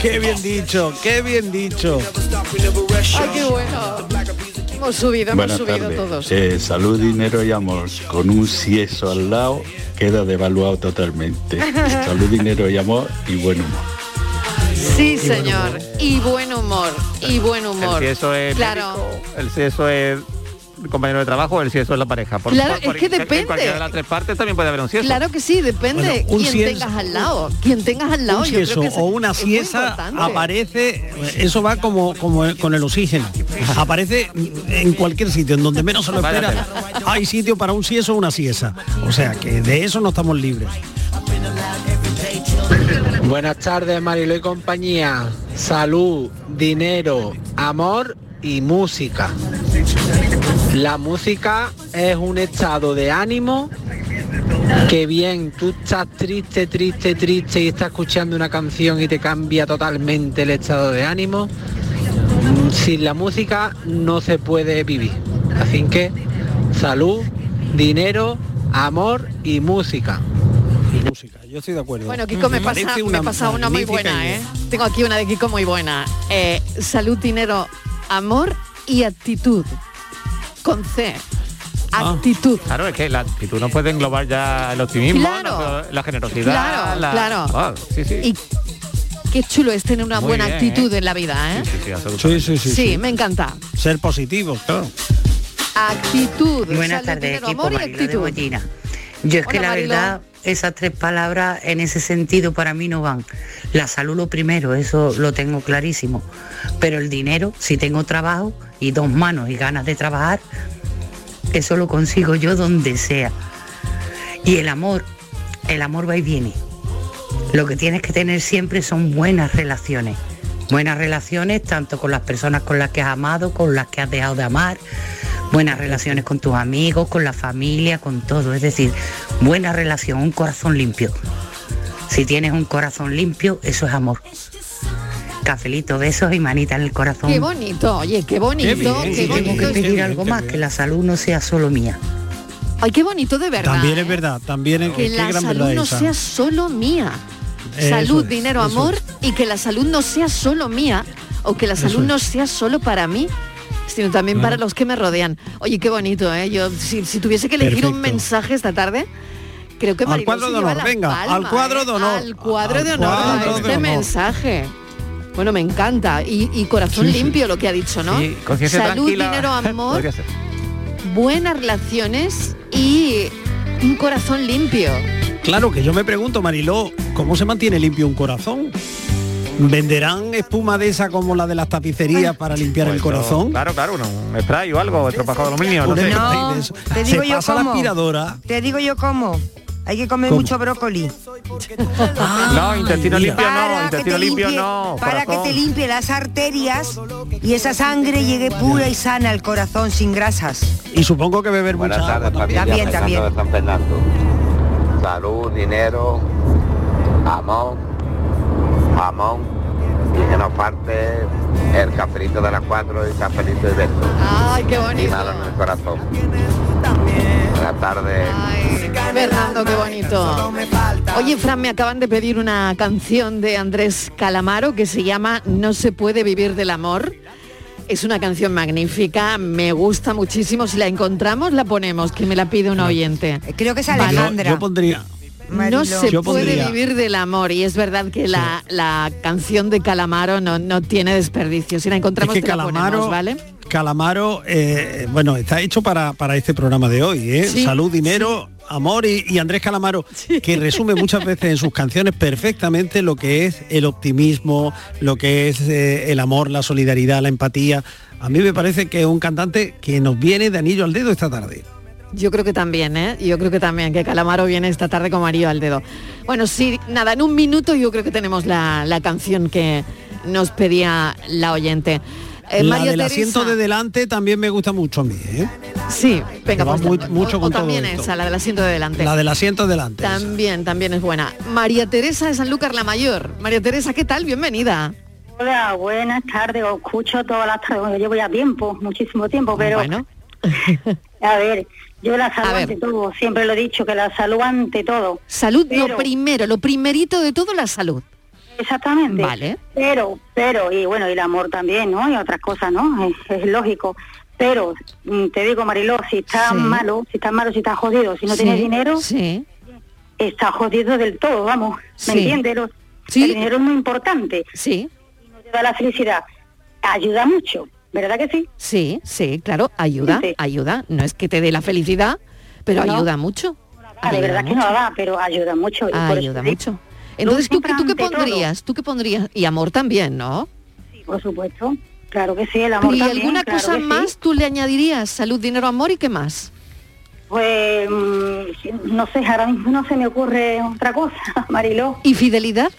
Speaker 10: Qué bien dicho, qué bien dicho.
Speaker 8: ¡Ay, qué bueno! Hemos subido, hemos
Speaker 6: Buenas
Speaker 8: subido
Speaker 6: tardes.
Speaker 8: todos.
Speaker 6: Eh, salud, dinero y amor. Con un sieso al lado queda devaluado totalmente. salud, dinero y amor y buen humor.
Speaker 8: Sí, señor. Y buen humor, y buen humor.
Speaker 6: El tieso es
Speaker 8: claro.
Speaker 9: El si eso es el compañero de trabajo, el si eso es la pareja. Por-
Speaker 8: Claro,
Speaker 9: por-
Speaker 8: es que
Speaker 9: en- en
Speaker 8: depende.
Speaker 9: cualquiera de las tres partes también puede haber un sieso.
Speaker 8: Claro que sí, depende
Speaker 9: Bueno, un
Speaker 8: quién
Speaker 9: cienso-
Speaker 8: tengas al lado. Quien tengas al lado,
Speaker 10: Un
Speaker 8: yo creo
Speaker 10: sieso
Speaker 8: que es-
Speaker 10: o una
Speaker 8: es muy
Speaker 10: siesa
Speaker 8: importante.
Speaker 10: aparece, eso va como, como el- con el oxígeno, aparece en cualquier sitio, en donde menos se lo
Speaker 9: Vaya
Speaker 10: espera, hay sitio para un sieso o una siesa. O sea que de eso no estamos libres.
Speaker 3: Buenas tardes, Marilo y compañía. Salud, dinero, amor y música. La música es un estado de ánimo que bien, tú estás triste, triste, triste y estás escuchando una canción y te cambia totalmente el estado de ánimo. Mm, Sin la música no se puede vivir. Así que salud, dinero, amor y música.
Speaker 10: Yo estoy de acuerdo.
Speaker 8: Bueno, Kiko, me pasa, me pasa una muy buena, ¿eh? Tengo aquí una de Kiko muy buena. Eh, salud, dinero, amor y actitud. Con C. Actitud.
Speaker 9: Ah. Claro, es que la actitud no puede englobar ya el optimismo,
Speaker 8: Claro.
Speaker 9: la, la generosidad.
Speaker 8: Claro,
Speaker 9: la-
Speaker 8: claro.
Speaker 9: Wow, sí, sí.
Speaker 8: Y qué chulo es tener una
Speaker 9: Muy
Speaker 8: buena
Speaker 9: bien,
Speaker 8: actitud en la vida, ¿eh?
Speaker 10: Sí, sí, sí,
Speaker 8: Sí,
Speaker 10: sí.
Speaker 8: me encanta.
Speaker 10: Ser positivos, claro.
Speaker 8: Actitud.
Speaker 22: Buenas
Speaker 8: salud,
Speaker 22: tardes,
Speaker 8: dinero,
Speaker 22: equipo
Speaker 8: amor y
Speaker 22: Mariló de
Speaker 8: actitud.
Speaker 22: Mollina. Yo es que
Speaker 8: Hola,
Speaker 22: la
Speaker 8: Mariló.
Speaker 22: verdad, esas tres palabras en ese sentido para mí no van. La salud lo primero, eso lo tengo clarísimo. Pero el dinero, si tengo trabajo y dos manos y ganas de trabajar, eso lo consigo yo donde sea. Y el amor, el amor va y viene. Lo que tienes que tener siempre son buenas relaciones. Buenas relaciones tanto con las personas con las que has amado, con las que has dejado de amar, buenas relaciones con tus amigos, con la familia, con todo. Es decir, buena relación, un corazón limpio. Si tienes un corazón limpio, eso es amor. Cafelito, besos y manita en el corazón.
Speaker 8: Qué bonito, oye, Eh, qué bonito, qué,
Speaker 22: Si tengo que
Speaker 8: bonito.
Speaker 22: pedir algo más, que la salud no sea solo mía.
Speaker 8: Ay, qué bonito de verdad.
Speaker 10: También
Speaker 8: ¿eh?
Speaker 10: es verdad, también es
Speaker 8: que
Speaker 10: qué
Speaker 8: la
Speaker 10: gran
Speaker 8: salud
Speaker 10: verdad
Speaker 8: no
Speaker 10: esa.
Speaker 8: sea solo mía.
Speaker 10: Eso
Speaker 8: salud,
Speaker 10: es,
Speaker 8: dinero,
Speaker 10: eso
Speaker 8: amor
Speaker 10: es.
Speaker 8: y que la salud no sea solo mía o que la
Speaker 10: Eso
Speaker 8: salud
Speaker 10: es.
Speaker 8: no sea solo para mí, sino también
Speaker 10: Claro.
Speaker 8: para los que me rodean. Oye, qué bonito, ¿eh? Yo si, si tuviese que elegir un
Speaker 10: Perfecto.
Speaker 8: mensaje esta tarde, creo que
Speaker 10: Al
Speaker 8: Mariló
Speaker 10: cuadro
Speaker 8: se
Speaker 10: de
Speaker 8: lleva
Speaker 10: honor,
Speaker 8: la
Speaker 10: venga,
Speaker 8: palma,
Speaker 10: al cuadro
Speaker 8: ¿eh?
Speaker 10: de honor.
Speaker 8: Al cuadro
Speaker 10: Al
Speaker 8: de honor
Speaker 10: cuadro
Speaker 8: a
Speaker 10: de
Speaker 8: este
Speaker 10: honor.
Speaker 8: mensaje. Bueno, me encanta. Y, y corazón
Speaker 9: Sí, sí.
Speaker 8: limpio lo que ha dicho, ¿no?
Speaker 9: Sí, conciencia
Speaker 8: salud,
Speaker 9: tranquila.
Speaker 8: dinero, amor
Speaker 9: Podría ser.
Speaker 8: buenas relaciones y un corazón limpio.
Speaker 10: Claro que yo me pregunto, Mariló, ¿cómo se mantiene limpio un corazón? ¿Venderán espuma de esa como la de las tapicerías para limpiar el
Speaker 9: Pues no,
Speaker 10: corazón?
Speaker 9: Claro, claro, uno, un spray o algo, otro pajo de aluminio, no
Speaker 10: Un
Speaker 9: sé.
Speaker 10: spray
Speaker 11: No,
Speaker 10: de eso.
Speaker 11: te
Speaker 10: Se
Speaker 11: digo yo
Speaker 10: pasa la
Speaker 11: cómo.
Speaker 10: aspiradora.
Speaker 11: Te digo yo cómo. Hay que comer
Speaker 10: ¿Cómo?
Speaker 11: mucho brócoli.
Speaker 8: Ah,
Speaker 9: No, intestino
Speaker 11: Mira.
Speaker 9: limpio no,
Speaker 11: Para que
Speaker 9: intestino
Speaker 11: te
Speaker 9: limpio
Speaker 11: limpie-
Speaker 9: no.
Speaker 11: Para que
Speaker 9: corazón.
Speaker 11: te limpie las arterias y esa sangre llegue pura y sana al corazón sin grasas.
Speaker 10: Y supongo que beber mucha
Speaker 23: Buenas tardes,
Speaker 10: agua
Speaker 23: familia
Speaker 11: También,
Speaker 23: Fernando
Speaker 11: también.
Speaker 23: de San Fernando. Salud, dinero, amor, jamón
Speaker 1: Y que no falte el cafelito de las cuatro y el cafelito de esto.
Speaker 8: Ay, Ah, qué bonito.
Speaker 1: Y malo en el corazón. Buenas tardes.
Speaker 8: Fernando, qué bonito. Oye, Fran, me acaban de pedir una canción de Andrés Calamaro que se llama No se puede vivir del amor. Es una canción magnífica, me gusta muchísimo. Si la encontramos, la ponemos, que me la pide un oyente.
Speaker 11: Creo que es Alejandra.
Speaker 10: Yo pondría,
Speaker 8: No se
Speaker 10: Yo
Speaker 8: puede
Speaker 10: pondría-
Speaker 8: vivir del amor y es verdad que la, la canción de Calamaro no, no tiene desperdicio. Si la encontramos,
Speaker 10: Es que
Speaker 8: te la ponemos,
Speaker 10: Calamaro-
Speaker 8: ¿vale?
Speaker 10: Calamaro, eh, bueno, está hecho para, para este programa de hoy, ¿eh?
Speaker 8: Sí,
Speaker 10: Salud, dinero, amor y, y Andrés Calamaro, que resume muchas veces en sus canciones perfectamente lo que es el optimismo, lo que es eh, el amor, la solidaridad, la empatía. A mí me parece que es un cantante que nos viene de anillo al dedo esta tarde.
Speaker 8: Yo creo que también, ¿eh? Yo creo que también, que Calamaro viene esta tarde como anillo al dedo. Bueno, sí, nada, en un minuto yo creo que tenemos la, la canción que nos pedía la oyente. Eh,
Speaker 10: la
Speaker 8: María
Speaker 10: del
Speaker 8: Teresa.
Speaker 10: asiento de delante también me gusta mucho a mí, ¿eh?
Speaker 8: Sí, venga,
Speaker 10: Que va
Speaker 8: pues,
Speaker 10: muy-
Speaker 8: o-
Speaker 10: mucho
Speaker 8: o
Speaker 10: con todo
Speaker 8: también
Speaker 10: esto.
Speaker 8: esa, la del asiento de delante.
Speaker 10: La del asiento delante.
Speaker 8: También, también es buena. María Teresa de Sanlúcar la Mayor. María Teresa, ¿qué tal? Bienvenida.
Speaker 24: Hola, buenas tardes. Os escucho todas las tardes. Bueno, llevo ya tiempo, muchísimo tiempo, pero... a ver, yo la salud ante todo. Siempre lo he dicho, que la salud ante todo.
Speaker 8: Salud, lo
Speaker 24: Pero-
Speaker 8: primero, lo primerito de todo, la salud.
Speaker 24: Exactamente.
Speaker 8: Vale.
Speaker 24: Pero, pero, y bueno, y el amor también, ¿no? Y otras cosas, ¿no? Es, es lógico. Pero, mm, te digo, Mariló, si estás
Speaker 8: Sí.
Speaker 24: malo, si estás malo, si estás jodido, si no
Speaker 8: Sí,
Speaker 24: tienes dinero,
Speaker 8: sí.
Speaker 24: estás jodido del todo, vamos.
Speaker 8: Sí.
Speaker 24: ¿Me entiendes? Los- El dinero es muy importante.
Speaker 8: Sí.
Speaker 24: Y nos lleva a la felicidad. Ayuda mucho, ¿verdad que sí?
Speaker 8: Sí, sí, claro, ayuda,
Speaker 24: Sí.
Speaker 8: ayuda. No es que te dé la felicidad, pero
Speaker 24: No.
Speaker 8: ayuda mucho.
Speaker 24: Ah, de
Speaker 8: Ayuda
Speaker 24: verdad que no
Speaker 8: mucho.
Speaker 24: la da, pero ayuda mucho. y por eso
Speaker 8: ayuda
Speaker 24: te digo,
Speaker 8: mucho. Entonces, ¿tú, qué- tú qué
Speaker 24: ante todo.
Speaker 8: pondrías? ¿Tú qué pondrías? Y amor también, ¿no?
Speaker 24: Por supuesto, claro que sí, el amor
Speaker 8: ¿Y
Speaker 24: también,
Speaker 8: alguna
Speaker 24: claro
Speaker 8: cosa
Speaker 24: que sí.
Speaker 8: más tú le añadirías? Salud, dinero, amor y qué más.
Speaker 24: Pues, mm, no sé, ahora mismo no se me ocurre otra cosa, Mariló.
Speaker 8: ¿Y fidelidad?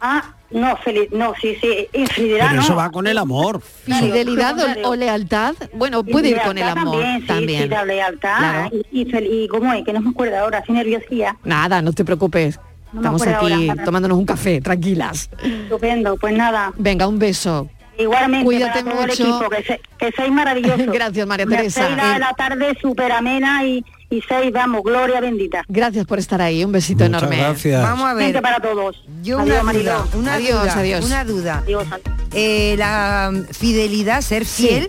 Speaker 24: Ah, no, feliz, no, sí, sí, infidelidad
Speaker 10: Pero
Speaker 24: no.
Speaker 10: eso va con el amor.
Speaker 8: ¿Fidelidad
Speaker 24: claro,
Speaker 8: o, o lealtad? Bueno, puede ir con el
Speaker 24: Lealtad
Speaker 8: amor
Speaker 24: también.
Speaker 8: también.
Speaker 24: sí, sí, la lealtad
Speaker 8: Claro.
Speaker 24: y, y, fel- y cómo es, que no me acuerdo ahora, sin nerviosía.
Speaker 8: Nada, no te preocupes.
Speaker 24: No me
Speaker 8: Estamos
Speaker 24: acuerdo
Speaker 8: aquí
Speaker 24: ahora.
Speaker 8: tomándonos un café, tranquilas.
Speaker 24: Estupendo, pues nada.
Speaker 8: Venga, un beso.
Speaker 24: Igualmente,
Speaker 8: Cuídate
Speaker 24: para todo
Speaker 8: mucho.
Speaker 24: el equipo, que, se- que sois maravillosos.
Speaker 8: Gracias, María Teresa.
Speaker 24: Seis de la tarde súper amena y, y seis, vamos, gloria bendita.
Speaker 8: Gracias por estar ahí. Un besito enorme.
Speaker 10: gracias.
Speaker 11: Vamos a ver.
Speaker 24: Gente para todos.
Speaker 11: Yo
Speaker 24: Adiós,
Speaker 11: una
Speaker 24: Mariló.
Speaker 11: duda, una
Speaker 8: Adiós,
Speaker 11: duda,
Speaker 8: adiós.
Speaker 11: una duda. Eh, la mm, fidelidad, ser fiel.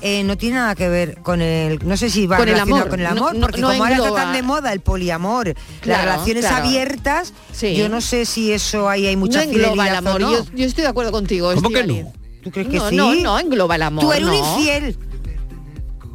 Speaker 11: eh, no tiene nada que ver con el no sé si va
Speaker 8: Con el
Speaker 11: relacionado
Speaker 8: amor,
Speaker 11: con el
Speaker 8: no-
Speaker 11: amor
Speaker 8: no-
Speaker 11: porque
Speaker 8: no
Speaker 11: como ahora
Speaker 8: engloba.
Speaker 11: está tan de moda el poliamor las
Speaker 8: Claro,
Speaker 11: relaciones
Speaker 8: claro.
Speaker 11: abiertas yo no sé si eso ahí hay mucha
Speaker 8: no engloba
Speaker 11: fidelidad
Speaker 8: el
Speaker 11: o
Speaker 8: amor.
Speaker 11: no.
Speaker 8: Yo, yo estoy de acuerdo contigo.
Speaker 11: ¿Cómo que
Speaker 8: Estíbaliz.
Speaker 11: ¿Tú crees que
Speaker 8: no,
Speaker 11: sí?
Speaker 8: no, no engloba el amor.
Speaker 11: Tú eres un
Speaker 8: no.
Speaker 11: infiel.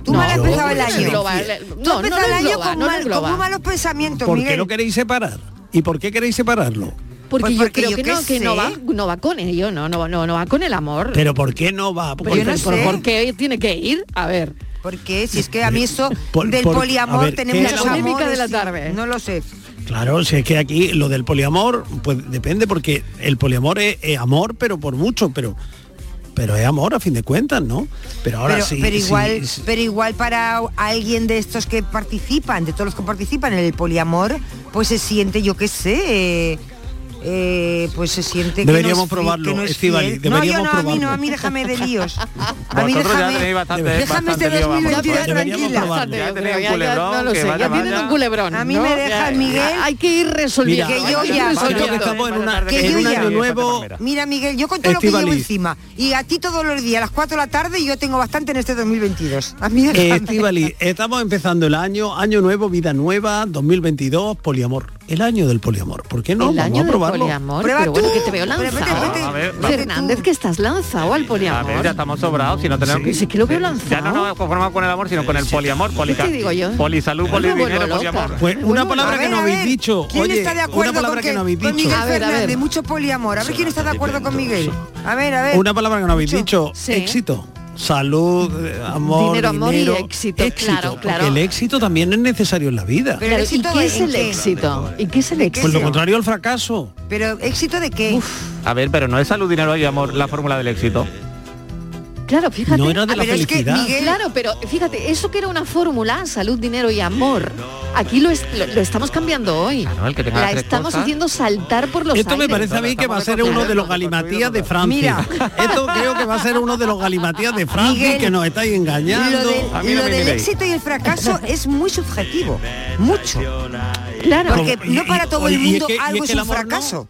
Speaker 11: Tú
Speaker 8: No,
Speaker 11: mal has
Speaker 8: yo
Speaker 11: empezado
Speaker 8: no
Speaker 11: el
Speaker 8: soy
Speaker 11: año.
Speaker 8: infiel.
Speaker 11: Tú
Speaker 8: No,
Speaker 11: has
Speaker 8: no
Speaker 11: empezado
Speaker 8: lo
Speaker 11: el año
Speaker 8: engloba,
Speaker 11: con,
Speaker 8: no
Speaker 11: mal-
Speaker 8: lo
Speaker 11: con
Speaker 8: engloba.
Speaker 11: muy malos pensamientos,
Speaker 10: ¿Por
Speaker 11: Miguel.
Speaker 10: qué lo queréis separar? ¿Y por qué queréis separarlo?
Speaker 8: Porque
Speaker 11: Pues
Speaker 8: yo
Speaker 11: porque
Speaker 8: creo
Speaker 11: yo
Speaker 8: que
Speaker 11: qué
Speaker 8: no, que no
Speaker 11: sé.
Speaker 8: va, no va con ello, no, no, no, no va con el amor.
Speaker 10: Pero ¿por qué no va?
Speaker 8: Pero
Speaker 10: Porque-
Speaker 8: por- por- ¿por qué tiene que ir? A ver.
Speaker 11: Porque si es que Eh, a mí eso
Speaker 10: Eh, Por-
Speaker 11: del
Speaker 10: por-
Speaker 11: poliamor
Speaker 10: a ver,
Speaker 11: tenemos
Speaker 10: ¿qué-
Speaker 11: muchos
Speaker 10: La polémica
Speaker 11: amores
Speaker 8: de la
Speaker 11: y-
Speaker 8: tarde.
Speaker 11: No lo sé.
Speaker 10: Claro, si es que aquí lo del poliamor, pues depende, porque el poliamor es, es amor, pero por mucho, pero pero es amor a fin de cuentas, ¿no? Pero ahora
Speaker 11: pero,
Speaker 10: sí.
Speaker 11: pero
Speaker 10: sí,
Speaker 11: igual,
Speaker 10: sí.
Speaker 11: pero igual para alguien de estos que participan, de todos los que participan en el poliamor, pues se siente, yo qué sé, eh, eh, pues se siente
Speaker 10: Deberíamos
Speaker 11: que no es, fi-
Speaker 10: probarlo,
Speaker 11: que no es
Speaker 10: Estíbaliz,
Speaker 11: fiel.
Speaker 10: deberíamos
Speaker 11: no, yo no, a mí no,
Speaker 10: probarlo.
Speaker 11: a mí déjame de líos. A
Speaker 9: Vosotros
Speaker 11: mí
Speaker 9: ya
Speaker 11: déjame,
Speaker 9: tenéis bastante-
Speaker 11: déjame este
Speaker 9: bastante lío, vamos.
Speaker 11: 2022
Speaker 9: Ya, pues, deberíamos
Speaker 11: tranquila.
Speaker 9: probarlo. Ya tenéis un culebrón,
Speaker 8: no lo
Speaker 9: que
Speaker 8: sé,
Speaker 9: vaya,
Speaker 8: ya tienen
Speaker 9: vaya.
Speaker 8: un culebrón.
Speaker 11: A mí
Speaker 8: ¿no?
Speaker 11: me deja,
Speaker 8: Ya,
Speaker 11: Miguel.
Speaker 8: Hay que ir resolviendo.
Speaker 11: que
Speaker 8: hay
Speaker 11: yo
Speaker 8: ir
Speaker 11: ya,
Speaker 8: resolviendo.
Speaker 11: que estamos
Speaker 10: en una-
Speaker 11: que
Speaker 10: en
Speaker 11: yo
Speaker 10: un
Speaker 11: ya-
Speaker 10: año nuevo
Speaker 11: Mira, Miguel, yo con todo lo que llevo
Speaker 10: Estíbaliz.
Speaker 11: encima y a ti todos los días, a las 4 de la tarde, yo tengo bastante en este 2022. A mí déjame.
Speaker 10: Eh, Estíbaliz, estamos empezando el año, año nuevo, vida nueva, 2022, poliamor. El año del poliamor. ¿Por qué no?
Speaker 8: el
Speaker 10: Vamos
Speaker 8: año
Speaker 10: a
Speaker 8: del
Speaker 10: probarlo.
Speaker 8: poliamor, pero bueno, que te veo lanzado.
Speaker 9: vete, vete, vete
Speaker 8: Fernández, que estás lanzado al
Speaker 9: A ver,
Speaker 8: poliamor.
Speaker 9: ya estamos sobrados, si no tenemos
Speaker 8: Sí, sí que lo veo lanzado.
Speaker 9: Ya no nos conformamos con el amor, sino con el poliamor, polica,
Speaker 8: te digo yo?
Speaker 9: polisalud,
Speaker 8: Yo me vuelvo
Speaker 9: polidinero,
Speaker 8: loca.
Speaker 9: poliamor.
Speaker 10: Pues una palabra
Speaker 11: ver,
Speaker 10: que no
Speaker 11: a
Speaker 10: habéis
Speaker 11: ver,
Speaker 10: dicho.
Speaker 11: ¿Quién
Speaker 10: Oye,
Speaker 11: está de
Speaker 10: una
Speaker 11: acuerdo
Speaker 10: palabra
Speaker 11: con,
Speaker 10: que, no habéis
Speaker 11: con
Speaker 10: dicho.
Speaker 11: Miguel Fernández? Mucho poliamor. A ver quién está de acuerdo con Miguel. A ver, a ver.
Speaker 10: Una palabra que no habéis dicho, éxito. Salud, eh, amor,
Speaker 8: Dinero, amor y
Speaker 10: dinero,
Speaker 8: éxito, claro,
Speaker 10: porque
Speaker 8: claro.
Speaker 10: El éxito también es necesario en la vida.
Speaker 11: Pero el
Speaker 8: Claro, ¿Y
Speaker 11: éxito
Speaker 8: qué
Speaker 11: de-
Speaker 8: es
Speaker 11: en
Speaker 8: el
Speaker 11: qué?
Speaker 8: éxito? ¿Y qué es el éxito?
Speaker 10: Pues lo contrario al fracaso.
Speaker 11: Pero éxito de qué?
Speaker 9: A ver, pero no es salud, dinero y amor la fórmula del éxito.
Speaker 8: Claro, fíjate. Ah,
Speaker 10: No era de la Pero es que, felicidad. Miguel-
Speaker 8: Claro, pero fíjate, eso que era una fórmula, salud, dinero y amor, aquí lo, es- lo- lo estamos cambiando hoy.
Speaker 9: Claro, el que tenga
Speaker 8: La
Speaker 9: tres
Speaker 8: estamos
Speaker 9: cosas.
Speaker 8: haciendo saltar por los
Speaker 10: Esto me
Speaker 8: aires.
Speaker 10: parece a mí que va a ser uno de los galimatías de Francia. Esto creo que va a ser uno de los galimatías de Francia
Speaker 11: Miguel,
Speaker 10: que nos estáis engañando.
Speaker 11: Lo, del- lo del éxito y el fracaso es muy subjetivo, mucho.
Speaker 8: Claro.
Speaker 11: Porque
Speaker 10: Como- y-
Speaker 11: no para
Speaker 10: y-
Speaker 11: todo
Speaker 10: oye,
Speaker 11: el
Speaker 10: y es
Speaker 11: mundo
Speaker 10: que- y es
Speaker 11: algo
Speaker 10: que
Speaker 11: es,
Speaker 10: el
Speaker 11: un
Speaker 10: amor no.
Speaker 11: fracaso.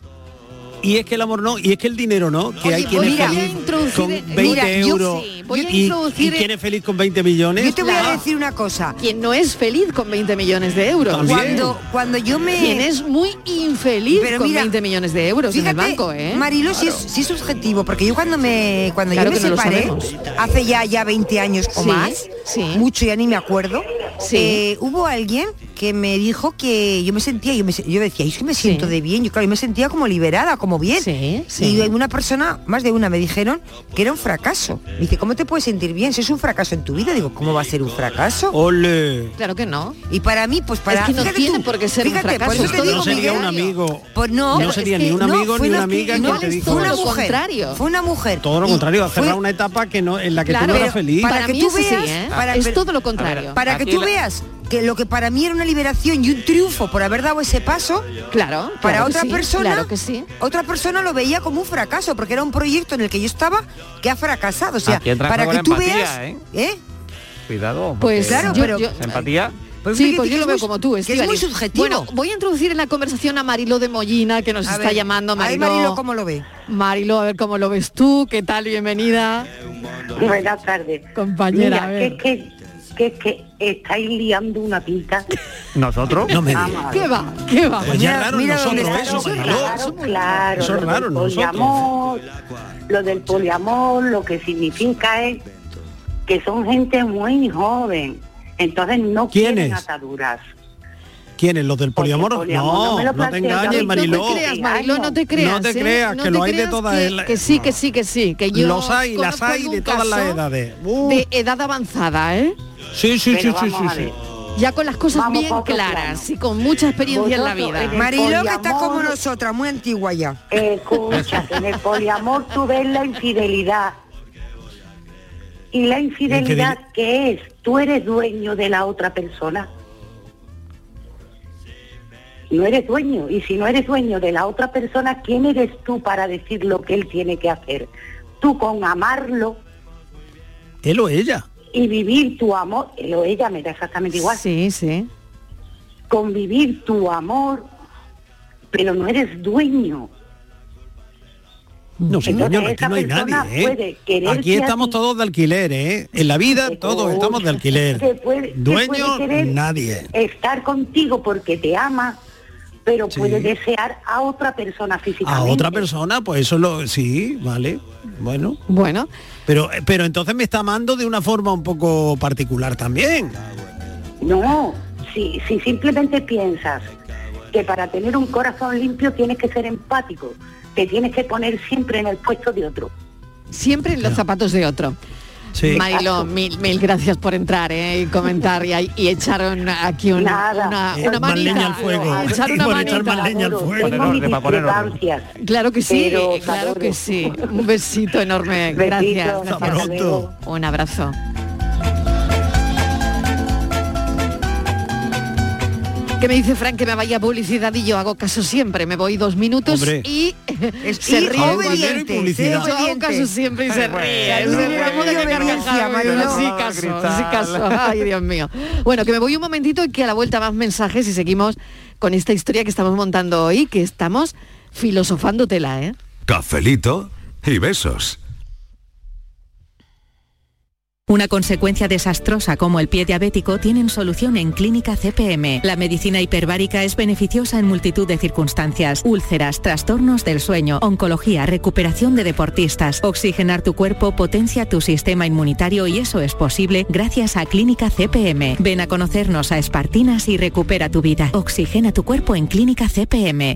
Speaker 10: Y es que el amor no, y es que el dinero no, que hay
Speaker 11: Oye, pues
Speaker 10: quienes
Speaker 11: voy a
Speaker 10: feliz
Speaker 11: introducir-
Speaker 10: con
Speaker 11: mira,
Speaker 10: 20
Speaker 11: yo
Speaker 10: euros
Speaker 11: sí, voy a
Speaker 10: y- y,
Speaker 11: introducir-
Speaker 10: quienes feliz con 20 millones.
Speaker 11: Yo te voy a
Speaker 10: Ah,
Speaker 11: decir una cosa.
Speaker 8: Quien no es feliz con 20 millones de euros.
Speaker 10: También.
Speaker 11: Cuando, cuando yo me...
Speaker 8: Quien es muy infeliz
Speaker 11: Pero
Speaker 8: con
Speaker 11: mira,
Speaker 8: 20 millones de euros en el
Speaker 11: Fíjate,
Speaker 8: banco, ¿eh?
Speaker 11: Marilo, sí, es, sí es subjetivo, porque yo cuando me cuando
Speaker 8: Claro
Speaker 11: yo me
Speaker 8: que no lo
Speaker 11: separé,
Speaker 8: sabemos.
Speaker 11: hace ya ya 20 años o
Speaker 8: Sí,
Speaker 11: más, mucho ya ni me acuerdo, eh, hubo alguien que me dijo que yo me sentía, yo, me, se- yo decía, "Ay, es que me siento de bien, yo claro, yo me sentía como liberada, como bien. Y una persona, más de una, me dijeron que era un fracaso. Dice, ¿cómo te puedes sentir bien? Si es un fracaso en tu vida, digo, ¿cómo va a ser un fracaso?
Speaker 10: Ole.
Speaker 8: Claro que no.
Speaker 11: Y para mí, pues para
Speaker 8: Es que no
Speaker 11: fíjate
Speaker 8: tiene
Speaker 11: tú,
Speaker 8: por qué ser un
Speaker 11: fíjate,
Speaker 8: fracaso,
Speaker 11: Por eso
Speaker 8: es
Speaker 11: te
Speaker 8: todo
Speaker 11: digo,
Speaker 10: no sería
Speaker 11: Miguel,
Speaker 10: un amigo.
Speaker 11: pues no,
Speaker 10: No sería ni un amigo
Speaker 11: fue
Speaker 10: ni una
Speaker 11: la-
Speaker 10: amiga que te dijo.
Speaker 11: Fue una
Speaker 10: Todo lo
Speaker 11: mujer.
Speaker 8: contrario.
Speaker 11: Fue una mujer.
Speaker 10: Todo lo
Speaker 11: Y
Speaker 10: contrario, a cerrar
Speaker 11: fue-
Speaker 10: una etapa que no, en la que
Speaker 11: Claro,
Speaker 10: tú no
Speaker 11: pero
Speaker 10: eras feliz.
Speaker 11: Para, que tú
Speaker 8: es así,
Speaker 11: veas,
Speaker 8: ¿eh?
Speaker 11: para-
Speaker 8: Es
Speaker 11: pero-
Speaker 8: todo lo contrario.
Speaker 11: Para que
Speaker 8: Aquí
Speaker 11: tú
Speaker 8: la-
Speaker 11: veas que lo que para mí era una liberación y un triunfo por haber dado ese paso,
Speaker 8: claro,
Speaker 11: para
Speaker 8: claro que
Speaker 11: otra
Speaker 8: sí,
Speaker 11: persona,
Speaker 8: claro que sí.
Speaker 11: otra persona lo veía como un fracaso porque era un proyecto en el que yo estaba que ha fracasado, o sea,
Speaker 9: Aquí entra en
Speaker 11: para
Speaker 9: juego
Speaker 11: que
Speaker 9: la
Speaker 11: tú
Speaker 9: empatía,
Speaker 11: veas,
Speaker 9: ¿eh?
Speaker 11: ¿eh?
Speaker 9: Cuidado.
Speaker 8: Pues
Speaker 9: porque
Speaker 8: claro, yo- yo-
Speaker 9: la empatía.
Speaker 11: Pues
Speaker 8: sí,
Speaker 11: fíjate
Speaker 8: pues yo
Speaker 11: que
Speaker 8: lo
Speaker 11: es
Speaker 8: veo
Speaker 11: muy-
Speaker 8: como tú,
Speaker 11: que es muy
Speaker 8: Estíbaliz.
Speaker 11: subjetivo.
Speaker 8: Bueno, voy a introducir en la conversación a Marilo de Mollina, que nos
Speaker 11: A
Speaker 8: está
Speaker 11: ver,
Speaker 8: llamando.
Speaker 11: ahí
Speaker 8: Marilo,
Speaker 11: Mariló, ¿cómo lo ve?
Speaker 8: Marilo, a ver cómo lo ves tú, qué tal, bienvenida,
Speaker 24: Buenas tardes.
Speaker 8: compañera.
Speaker 24: Mira,
Speaker 8: a
Speaker 24: que
Speaker 8: ver.
Speaker 24: es que, que es que estáis liando una pinta.
Speaker 9: Nosotros.
Speaker 10: No me
Speaker 24: Vamos a ver.
Speaker 8: Ah, ¿Qué va? ¿Qué va?
Speaker 10: Pues ya raro
Speaker 24: Mira dónde
Speaker 10: nosotros
Speaker 24: está.
Speaker 10: eso, Mariló.
Speaker 24: Claro, claro.
Speaker 10: Eso es
Speaker 24: lo
Speaker 10: raro,
Speaker 24: del
Speaker 10: nosotros.
Speaker 24: poliamor, lo del poliamor, lo que significa es que son gente muy joven. Entonces no quieren
Speaker 10: ¿Quiénes?
Speaker 24: ataduras.
Speaker 10: ¿Quiénes? ¿Los del poliamor?
Speaker 24: poliamor, no
Speaker 10: No,
Speaker 24: me lo
Speaker 10: no, te
Speaker 24: planteo,
Speaker 10: engañes,
Speaker 24: yo-
Speaker 10: Mariló.
Speaker 8: No te creas, Mariló, no te creas.
Speaker 10: No te
Speaker 8: ¿eh?
Speaker 10: creas,
Speaker 8: No
Speaker 10: que
Speaker 8: te
Speaker 10: lo hay de
Speaker 8: creas
Speaker 10: todas
Speaker 8: que,
Speaker 10: las-
Speaker 8: que sí, que sí, que sí. Que yo
Speaker 10: Los hay, las
Speaker 8: conozco
Speaker 10: hay
Speaker 8: algún
Speaker 10: de todas las
Speaker 8: caso
Speaker 10: edades.
Speaker 8: De edad avanzada, ¿eh?
Speaker 10: ¿eh? Sí, sí, sí,
Speaker 24: Pero
Speaker 10: sí,
Speaker 24: vamos
Speaker 10: sí,
Speaker 24: a
Speaker 10: sí.
Speaker 24: ver.
Speaker 8: Ya con las cosas
Speaker 24: Vamos
Speaker 8: bien
Speaker 24: pa' otro
Speaker 8: claras y con mucha experiencia en la vida.
Speaker 24: Vosotros en el
Speaker 11: Mariló que estás
Speaker 24: poliamor-
Speaker 11: como nosotras, muy antigua ya.
Speaker 24: Escucha, en el poliamor tú ves la infidelidad. ¿Y la infidelidad qué es? Tú eres dueño de la otra persona. No eres dueño. Y si no eres dueño de la otra persona, ¿quién eres tú para decir lo que él tiene que hacer? Tú con amarlo
Speaker 10: Él o ella.
Speaker 24: y vivir tu amor, él o ella me da exactamente igual,
Speaker 8: Sí, sí.
Speaker 24: convivir tu amor, pero no eres dueño.
Speaker 10: No, señor,
Speaker 24: Entonces,
Speaker 10: aquí no hay
Speaker 24: esa persona
Speaker 10: nadie, ¿eh?
Speaker 24: puede quererte
Speaker 10: Aquí
Speaker 24: a
Speaker 10: estamos
Speaker 24: ti.
Speaker 10: todos de alquiler, ¿eh? En la vida todos estamos de
Speaker 24: Que
Speaker 10: alquiler.
Speaker 24: puede- que
Speaker 10: Dueño,
Speaker 24: puede querer
Speaker 10: nadie.
Speaker 24: Estar contigo porque te ama, pero
Speaker 10: Sí.
Speaker 24: puede desear a otra persona
Speaker 10: A
Speaker 24: físicamente.
Speaker 10: otra persona, pues eso lo... Sí, vale, bueno.
Speaker 8: Bueno.
Speaker 10: Pero, pero entonces me está amando de una forma un poco particular también.
Speaker 24: No, si, si simplemente piensas que para tener un corazón limpio tienes que ser empático, te tienes que poner siempre en el puesto de otro.
Speaker 8: Siempre en los zapatos de otro.
Speaker 24: Sí.
Speaker 8: Mariló, mil, mil gracias por entrar ¿eh? y comentar y, y echar un- aquí un-
Speaker 24: Nada.
Speaker 8: una,
Speaker 24: Eh,
Speaker 8: una
Speaker 24: más
Speaker 8: manita.
Speaker 24: leña al fuego.
Speaker 8: Echar
Speaker 24: Y
Speaker 8: una
Speaker 24: por echar
Speaker 8: manita.
Speaker 24: más leña al fuego.
Speaker 9: Poner orden, para poner orden.
Speaker 24: Gracias.
Speaker 8: Claro que sí,
Speaker 24: Pero,
Speaker 8: claro
Speaker 24: Sadorno.
Speaker 8: que sí. Un besito enorme.
Speaker 24: Besito,
Speaker 8: gracias.
Speaker 24: hasta
Speaker 8: gracias.
Speaker 24: pronto.
Speaker 8: Un abrazo. Que me dice Frank que me vaya a publicidad y yo hago caso siempre. Me voy dos minutos
Speaker 11: Hombre.
Speaker 8: y se
Speaker 11: y
Speaker 8: ríe. cuando-
Speaker 11: obediente,
Speaker 8: Yo
Speaker 11: publicidad.
Speaker 8: hago caso siempre y se
Speaker 11: Bueno,
Speaker 8: ríe. Es
Speaker 11: bueno,
Speaker 8: una moda
Speaker 11: bueno,
Speaker 8: que carcajada,
Speaker 11: obediencia,
Speaker 8: pero sí,
Speaker 11: Mariló.
Speaker 8: caso, sí,
Speaker 11: Cristal.
Speaker 8: caso. Ay, Dios mío. Bueno, que me voy un momentito y que a la vuelta más mensajes y seguimos con esta historia que estamos montando hoy, que estamos filosofando tela, ¿eh?
Speaker 6: Cafelito y besos.
Speaker 5: Una consecuencia desastrosa como el pie diabético tienen solución en Clínica CPM. La medicina hiperbárica es beneficiosa en multitud de circunstancias. Úlceras, trastornos del sueño, oncología, recuperación de deportistas. Oxigenar tu cuerpo potencia tu sistema inmunitario y eso es posible gracias a Clínica CPM. Ven a conocernos a Espartinas y recupera tu vida. Oxigena tu cuerpo en Clínica CPM.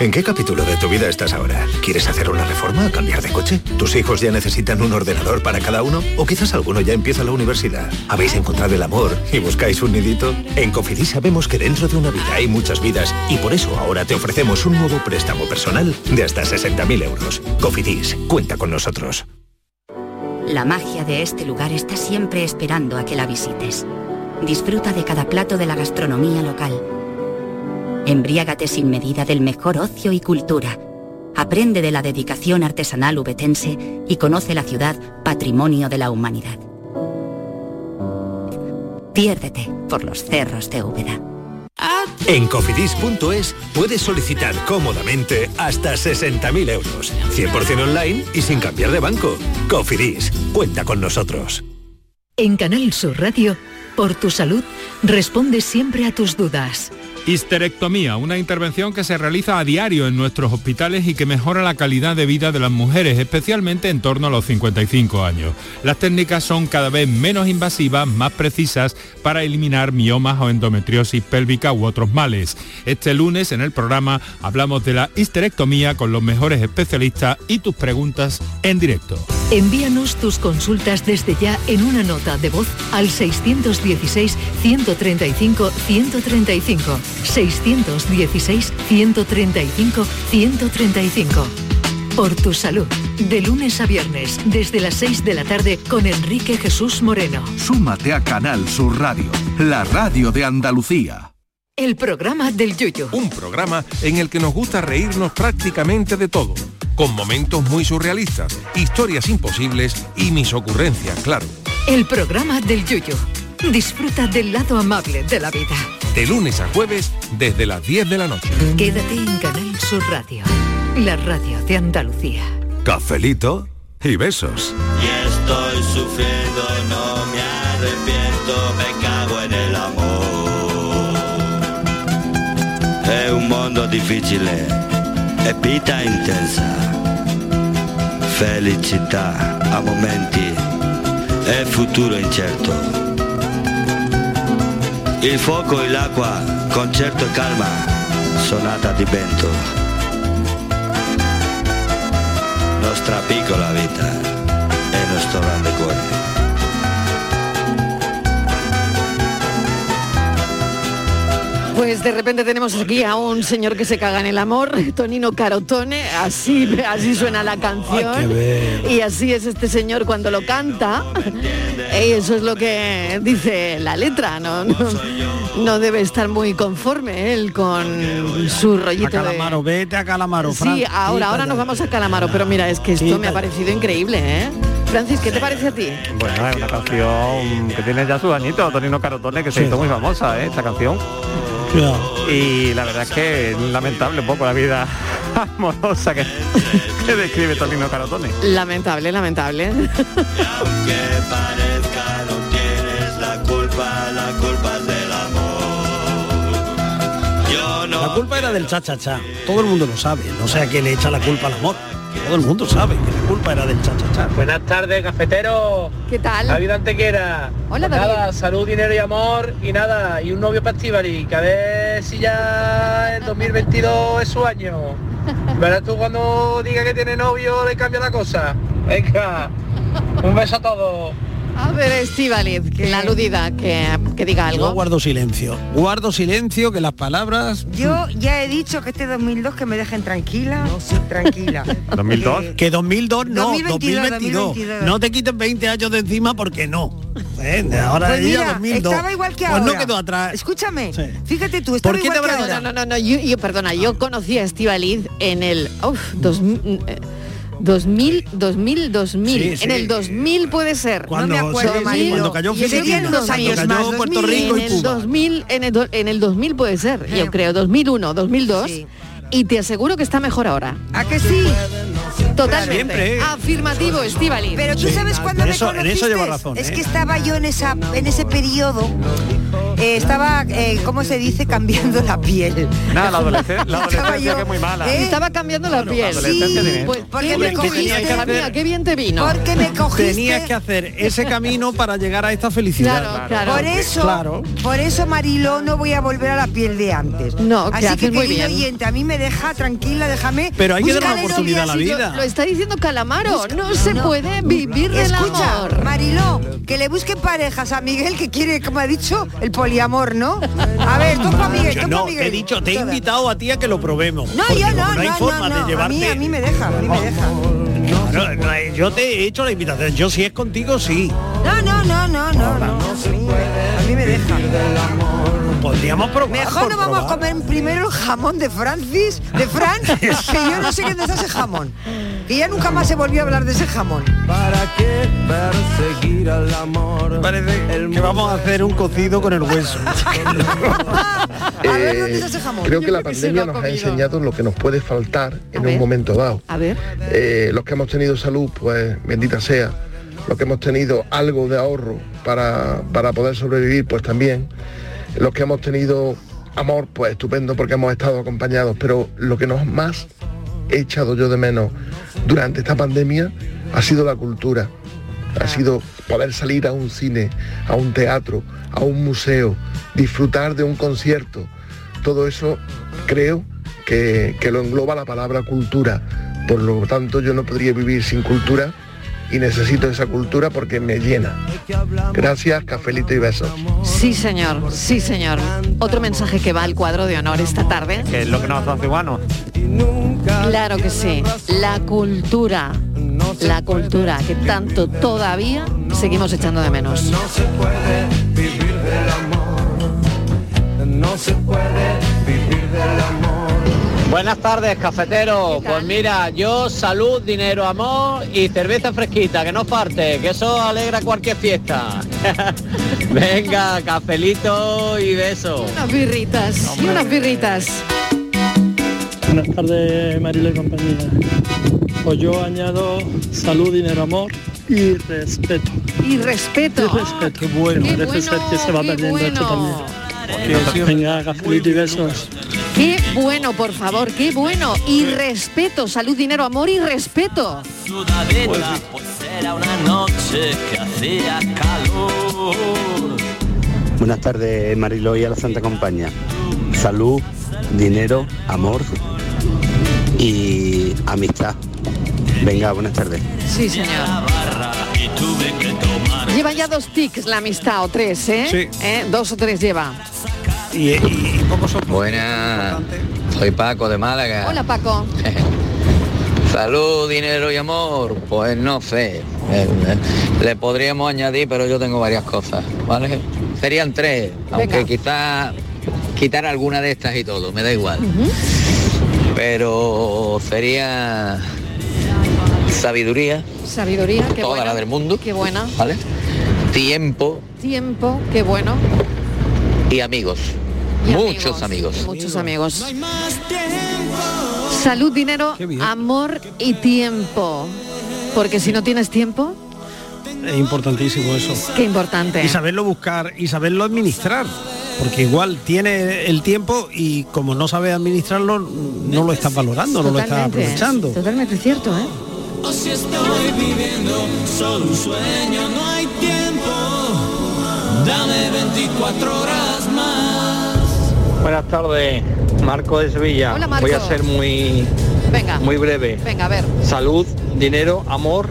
Speaker 10: ¿En qué capítulo de tu vida estás ahora? ¿Quieres hacer una reforma? ¿Cambiar de coche? ¿Tus hijos ya necesitan un ordenador para cada uno? ¿O quizás alguno ya empieza la universidad? ¿Habéis encontrado el amor y buscáis un nidito? En Cofidis sabemos que dentro de una vida hay muchas vidas y por eso ahora te ofrecemos un nuevo préstamo personal de hasta 60.000 euros. Cofidis, cuenta con nosotros.
Speaker 25: La magia de este lugar está siempre esperando a que la visites. Disfruta de cada plato de la gastronomía local. Embriágate sin medida del mejor ocio y cultura. Aprende de la dedicación artesanal ubetense y conoce la ciudad patrimonio de la humanidad. Piérdete por los cerros de Úbeda.
Speaker 10: En cofidis.es puedes solicitar cómodamente hasta 60.000 euros, 100% online y sin cambiar de banco. Cofidis, cuenta con nosotros.
Speaker 2: En Canal Sur Radio, por tu salud, responde siempre a tus dudas.
Speaker 12: Histerectomía, una intervención que se realiza a diario en nuestros hospitales y que mejora la calidad de vida de las mujeres, especialmente en torno a los 55 años. Las técnicas son cada vez menos invasivas, más precisas para eliminar miomas o endometriosis pélvica u otros males. Este lunes en el programa hablamos de la histerectomía con los mejores especialistas y tus preguntas en directo.
Speaker 2: Envíanos tus consultas desde ya en una nota de voz al 616-135-135. 616-135-135. Por tu salud. De lunes a viernes, desde las 6 de la tarde, con Enrique Jesús Moreno.
Speaker 6: Súmate a Canal Sur Radio, la radio de Andalucía.
Speaker 2: El programa del Yuyo.
Speaker 26: Un programa en el que nos gusta reírnos prácticamente de todo, con momentos muy surrealistas, historias imposibles y mis ocurrencias, claro.
Speaker 2: El programa del Yuyo. Disfruta del lado amable de la vida.
Speaker 26: De lunes a jueves desde las 10 de la noche.
Speaker 2: Quédate en Canal Sur Radio, la radio de Andalucía.
Speaker 27: Cafelito y besos.
Speaker 20: Y estoy sufriendo, no me arrepiento, me cago en el amor. Es un mondo difficile, es vita intensa. Felicità a momenti, è futuro incerto. Il fuoco e l'acqua, concerto e calma, sonata di vento. Nostra piccola vita e nostro grande cuore.
Speaker 8: Pues de repente tenemos aquí a un señor que se caga en el amor, Tonino Carotone, así, así suena la canción. Y así es este señor cuando lo canta. Y eso es lo que dice la letra, ¿no? No, no debe estar muy conforme él con su
Speaker 28: A
Speaker 8: rollito de...
Speaker 28: Calamaro, vete a Calamaro, Fran.
Speaker 8: Sí, ahora, ahora nos vamos a Calamaro, pero mira, es que esto me ha parecido increíble, ¿eh? Francis, ¿qué te parece a ti?
Speaker 9: Bueno, es una canción que tiene ya sus añitos, Tonino Carotone, que se hizo muy famosa, ¿eh? esta canción. Y la verdad es que lamentable un poco la vida amorosa que, que describe Tonino Carotone.
Speaker 8: Lamentable, lamentable.
Speaker 20: Que parezca no tienes la culpa, la culpa es del amor. Yo no
Speaker 28: La culpa era del cha-cha-cha. Todo el mundo lo sabe. No sea que le echa la culpa al amor. Todo el mundo sabe que la culpa era del cha-cha-cha.
Speaker 3: Buenas tardes, cafetero.
Speaker 8: ¿Qué tal?
Speaker 3: David Antequera.
Speaker 8: Hola,
Speaker 3: Pues Nada, salud, dinero y amor y nada, y un novio para Estivali, que a ver si ya el 2022 es su año. Verás tú cuando diga que tiene novio le cambia la cosa. Venga, un beso a todos.
Speaker 8: A ver, Estivaliz, la aludida, que, que diga
Speaker 28: Yo
Speaker 8: algo.
Speaker 28: guardo silencio. Guardo silencio que las palabras.
Speaker 11: Yo ya he dicho que este 2002 que me dejen tranquila, tranquila.
Speaker 28: ¿2002? Que 2002 no,
Speaker 11: 2022,
Speaker 28: 2022.
Speaker 11: 2022.
Speaker 28: No te quiten 20 años de encima porque no. Eh, de Ahora
Speaker 11: Pues
Speaker 28: de día
Speaker 11: mira,
Speaker 28: 2002.
Speaker 11: estaba igual que
Speaker 28: Pues
Speaker 11: ahora.
Speaker 28: no quedó atrás.
Speaker 11: Escúchame, fíjate tú, estaba
Speaker 8: ¿Por qué
Speaker 11: igual
Speaker 8: te
Speaker 11: que
Speaker 8: habrá-
Speaker 11: ahora.
Speaker 8: No, no, no, no, yo, yo, perdona,
Speaker 28: Ah.
Speaker 8: yo conocí a Estivaliz en el uf, dos, mm, eh, 2000, 2000, 2000,
Speaker 28: Sí, sí.
Speaker 8: en el 2000 puede ser.
Speaker 28: Cuando
Speaker 8: no me acuerdo,
Speaker 28: se- sí,
Speaker 8: Marilo.
Speaker 28: cuando cayó
Speaker 8: Y sería
Speaker 28: Filipinas,
Speaker 8: en los
Speaker 28: cuando
Speaker 8: años
Speaker 28: cayó
Speaker 8: más,
Speaker 28: Puerto
Speaker 8: 2000,
Speaker 28: Rico y
Speaker 8: en el
Speaker 28: Cuba.
Speaker 8: 2000, en el, do- en el 2000 puede ser, yo creo, 2001, 2002. Y te aseguro que está mejor ahora.
Speaker 11: ¿A que sí?
Speaker 8: Totalmente.
Speaker 29: ¿eh?
Speaker 11: Siempre.
Speaker 8: Afirmativo, Estivali.
Speaker 11: Pero tú sabes cuándo
Speaker 10: En eso-
Speaker 11: me
Speaker 10: en
Speaker 11: conociste.
Speaker 10: eso lleva razón,
Speaker 11: es
Speaker 10: ¿eh?
Speaker 11: que estaba yo en esa en ese periodo eh, estaba eh, cómo se dice cambiando la piel.
Speaker 29: Nada, la adolescencia, la
Speaker 11: Estaba
Speaker 29: adolescencia
Speaker 11: yo,
Speaker 29: que es muy mala.
Speaker 11: ¿eh?
Speaker 8: Estaba cambiando la piel.
Speaker 29: adolescencia tiene.
Speaker 8: Pues,
Speaker 11: porque
Speaker 8: qué
Speaker 11: me
Speaker 8: bien
Speaker 11: cogiste-
Speaker 8: cogiste, hija mía, qué bien te vino.
Speaker 11: Porque me cogiste.
Speaker 10: Tenías que hacer ese camino para llegar a esta felicidad.
Speaker 11: Por eso,
Speaker 10: Claro.
Speaker 11: por eso Mariló no voy a volver a la piel de antes.
Speaker 8: No, que
Speaker 11: Así que
Speaker 8: haces muy
Speaker 11: querido
Speaker 8: bien.
Speaker 11: oyente, a mí me deja tranquila, déjame.
Speaker 10: Pero hay que dar una
Speaker 11: búscale
Speaker 10: oportunidad
Speaker 11: novia
Speaker 10: a la
Speaker 11: si yo-
Speaker 10: vida.
Speaker 8: Lo está diciendo Calamaro,
Speaker 11: Busca-
Speaker 8: no se
Speaker 11: no.
Speaker 8: puede vivir del
Speaker 11: Escucha,
Speaker 8: amor.
Speaker 11: Mariló, que le busquen parejas a Miguel que quiere, como ha dicho, el poliamor, ¿no? A ver, tú pa' Miguel,
Speaker 10: Yo
Speaker 11: tú pa'
Speaker 10: no,
Speaker 11: Miguel.
Speaker 10: te he dicho, te he invitado a ti a que lo probemos.
Speaker 11: No,
Speaker 10: porque
Speaker 11: yo
Speaker 10: como
Speaker 11: no,
Speaker 10: hay
Speaker 11: no,
Speaker 10: forma
Speaker 11: no,
Speaker 10: de
Speaker 11: no, A
Speaker 10: llevarte.
Speaker 11: mí, a mí me deja, a mí me deja.
Speaker 10: Claro, no, eh, yo te he hecho la invitación. Yo si es contigo, sí.
Speaker 11: No, no, no, no, no, no. A mí, a mí me deja.
Speaker 10: Podríamos probar.
Speaker 11: Mejor
Speaker 10: por
Speaker 11: no vamos a
Speaker 10: probar.
Speaker 11: comer primero el jamón de Francis, de Fran, que yo no sé dónde está ese jamón. Y ya nunca más se volvió a hablar de ese jamón.
Speaker 18: ¿Para qué perseguir al amor?
Speaker 10: Parece que vamos a hacer un cocido con el hueso.
Speaker 30: Eh, creo que la pandemia nos ha enseñado lo que nos puede faltar en un momento dado.
Speaker 8: A ver.
Speaker 30: Eh, los que hemos tenido salud, pues bendita sea. Los que hemos tenido algo de ahorro para, para poder sobrevivir, pues también. Los que hemos tenido amor, pues estupendo porque hemos estado acompañados. Pero lo que nos más he echado yo de menos durante esta pandemia ha sido la cultura. Ha sido poder salir a un cine, a un teatro, a un museo, disfrutar de un concierto. Todo eso creo que, que lo engloba la palabra cultura. Por lo tanto, yo no podría vivir sin cultura y necesito esa cultura porque me llena. Gracias, cafelito y besos.
Speaker 8: Sí, señor, sí, señor. Otro mensaje que va al cuadro de honor esta tarde.
Speaker 29: Que es lo que nos hace humanos.
Speaker 8: Claro que sí. La cultura, la cultura que tanto todavía seguimos echando de menos.
Speaker 18: No se puede vivir del amor. No se puede vivir del amor.
Speaker 31: Buenas tardes, cafetero. Pues mira, yo salud, dinero, amor y cerveza fresquita, que no falte, que eso alegra cualquier fiesta. Venga, cafelito y beso.
Speaker 8: Unas birritas, y unas birritas.
Speaker 14: Buenas tardes, Marilo y compañía. Pues yo añado salud, dinero, amor y respeto.
Speaker 8: Y respeto.
Speaker 14: Y respeto. Qué bueno. Parece ser que se va perdiendo esto también. Que Venga, cafelito y besos.
Speaker 8: Qué bueno, por favor, qué bueno. Y respeto, salud, dinero, amor y respeto.
Speaker 3: Sudadera, pues era una noche que hacía calor.
Speaker 15: Buenas tardes, Mariló y a la Santa Compañía. Salud, dinero, amor y amistad. Venga, buenas tardes.
Speaker 8: Sí, señor.
Speaker 3: Y tuve que tomar
Speaker 8: Lleva ya dos tics la amistad o tres, ¿eh?
Speaker 15: Sí.
Speaker 8: ¿Eh? Dos o tres lleva.
Speaker 16: Y, Buenas, soy Paco de Málaga.
Speaker 8: Hola, Paco.
Speaker 16: Salud, dinero y amor. Pues no sé. eh, eh, Le podríamos añadir, pero yo tengo varias cosas, ¿vale? Serían tres, aunque quizás quitar alguna de estas y todo, me da igual. Pero sería sabiduría,
Speaker 8: Sabiduría, qué
Speaker 16: toda
Speaker 8: buena.
Speaker 16: la del mundo,
Speaker 8: Qué buena.
Speaker 16: ¿vale? Tiempo
Speaker 8: Tiempo, qué bueno.
Speaker 16: y amigos. Muchos amigos.
Speaker 8: Muchos amigos. Salud, dinero, amor y tiempo. Porque si no tienes tiempo,
Speaker 10: Es importantísimo eso.
Speaker 8: qué importante.
Speaker 10: Y saberlo buscar y saberlo administrar. Porque igual tiene el tiempo y como no sabe administrarlo, no lo estás valorando, no lo estás
Speaker 8: Totalmente,
Speaker 10: aprovechando.
Speaker 8: Totalmente cierto, ¿eh?
Speaker 3: O si estoy viviendo solo un sueño, no hay tiempo. Dame 24 horas más.
Speaker 9: Buenas tardes, Marco de Sevilla.
Speaker 8: Hola, Marco.
Speaker 9: Voy a ser muy,
Speaker 8: Venga.
Speaker 9: muy breve.
Speaker 8: Venga, a ver.
Speaker 9: Salud, dinero, amor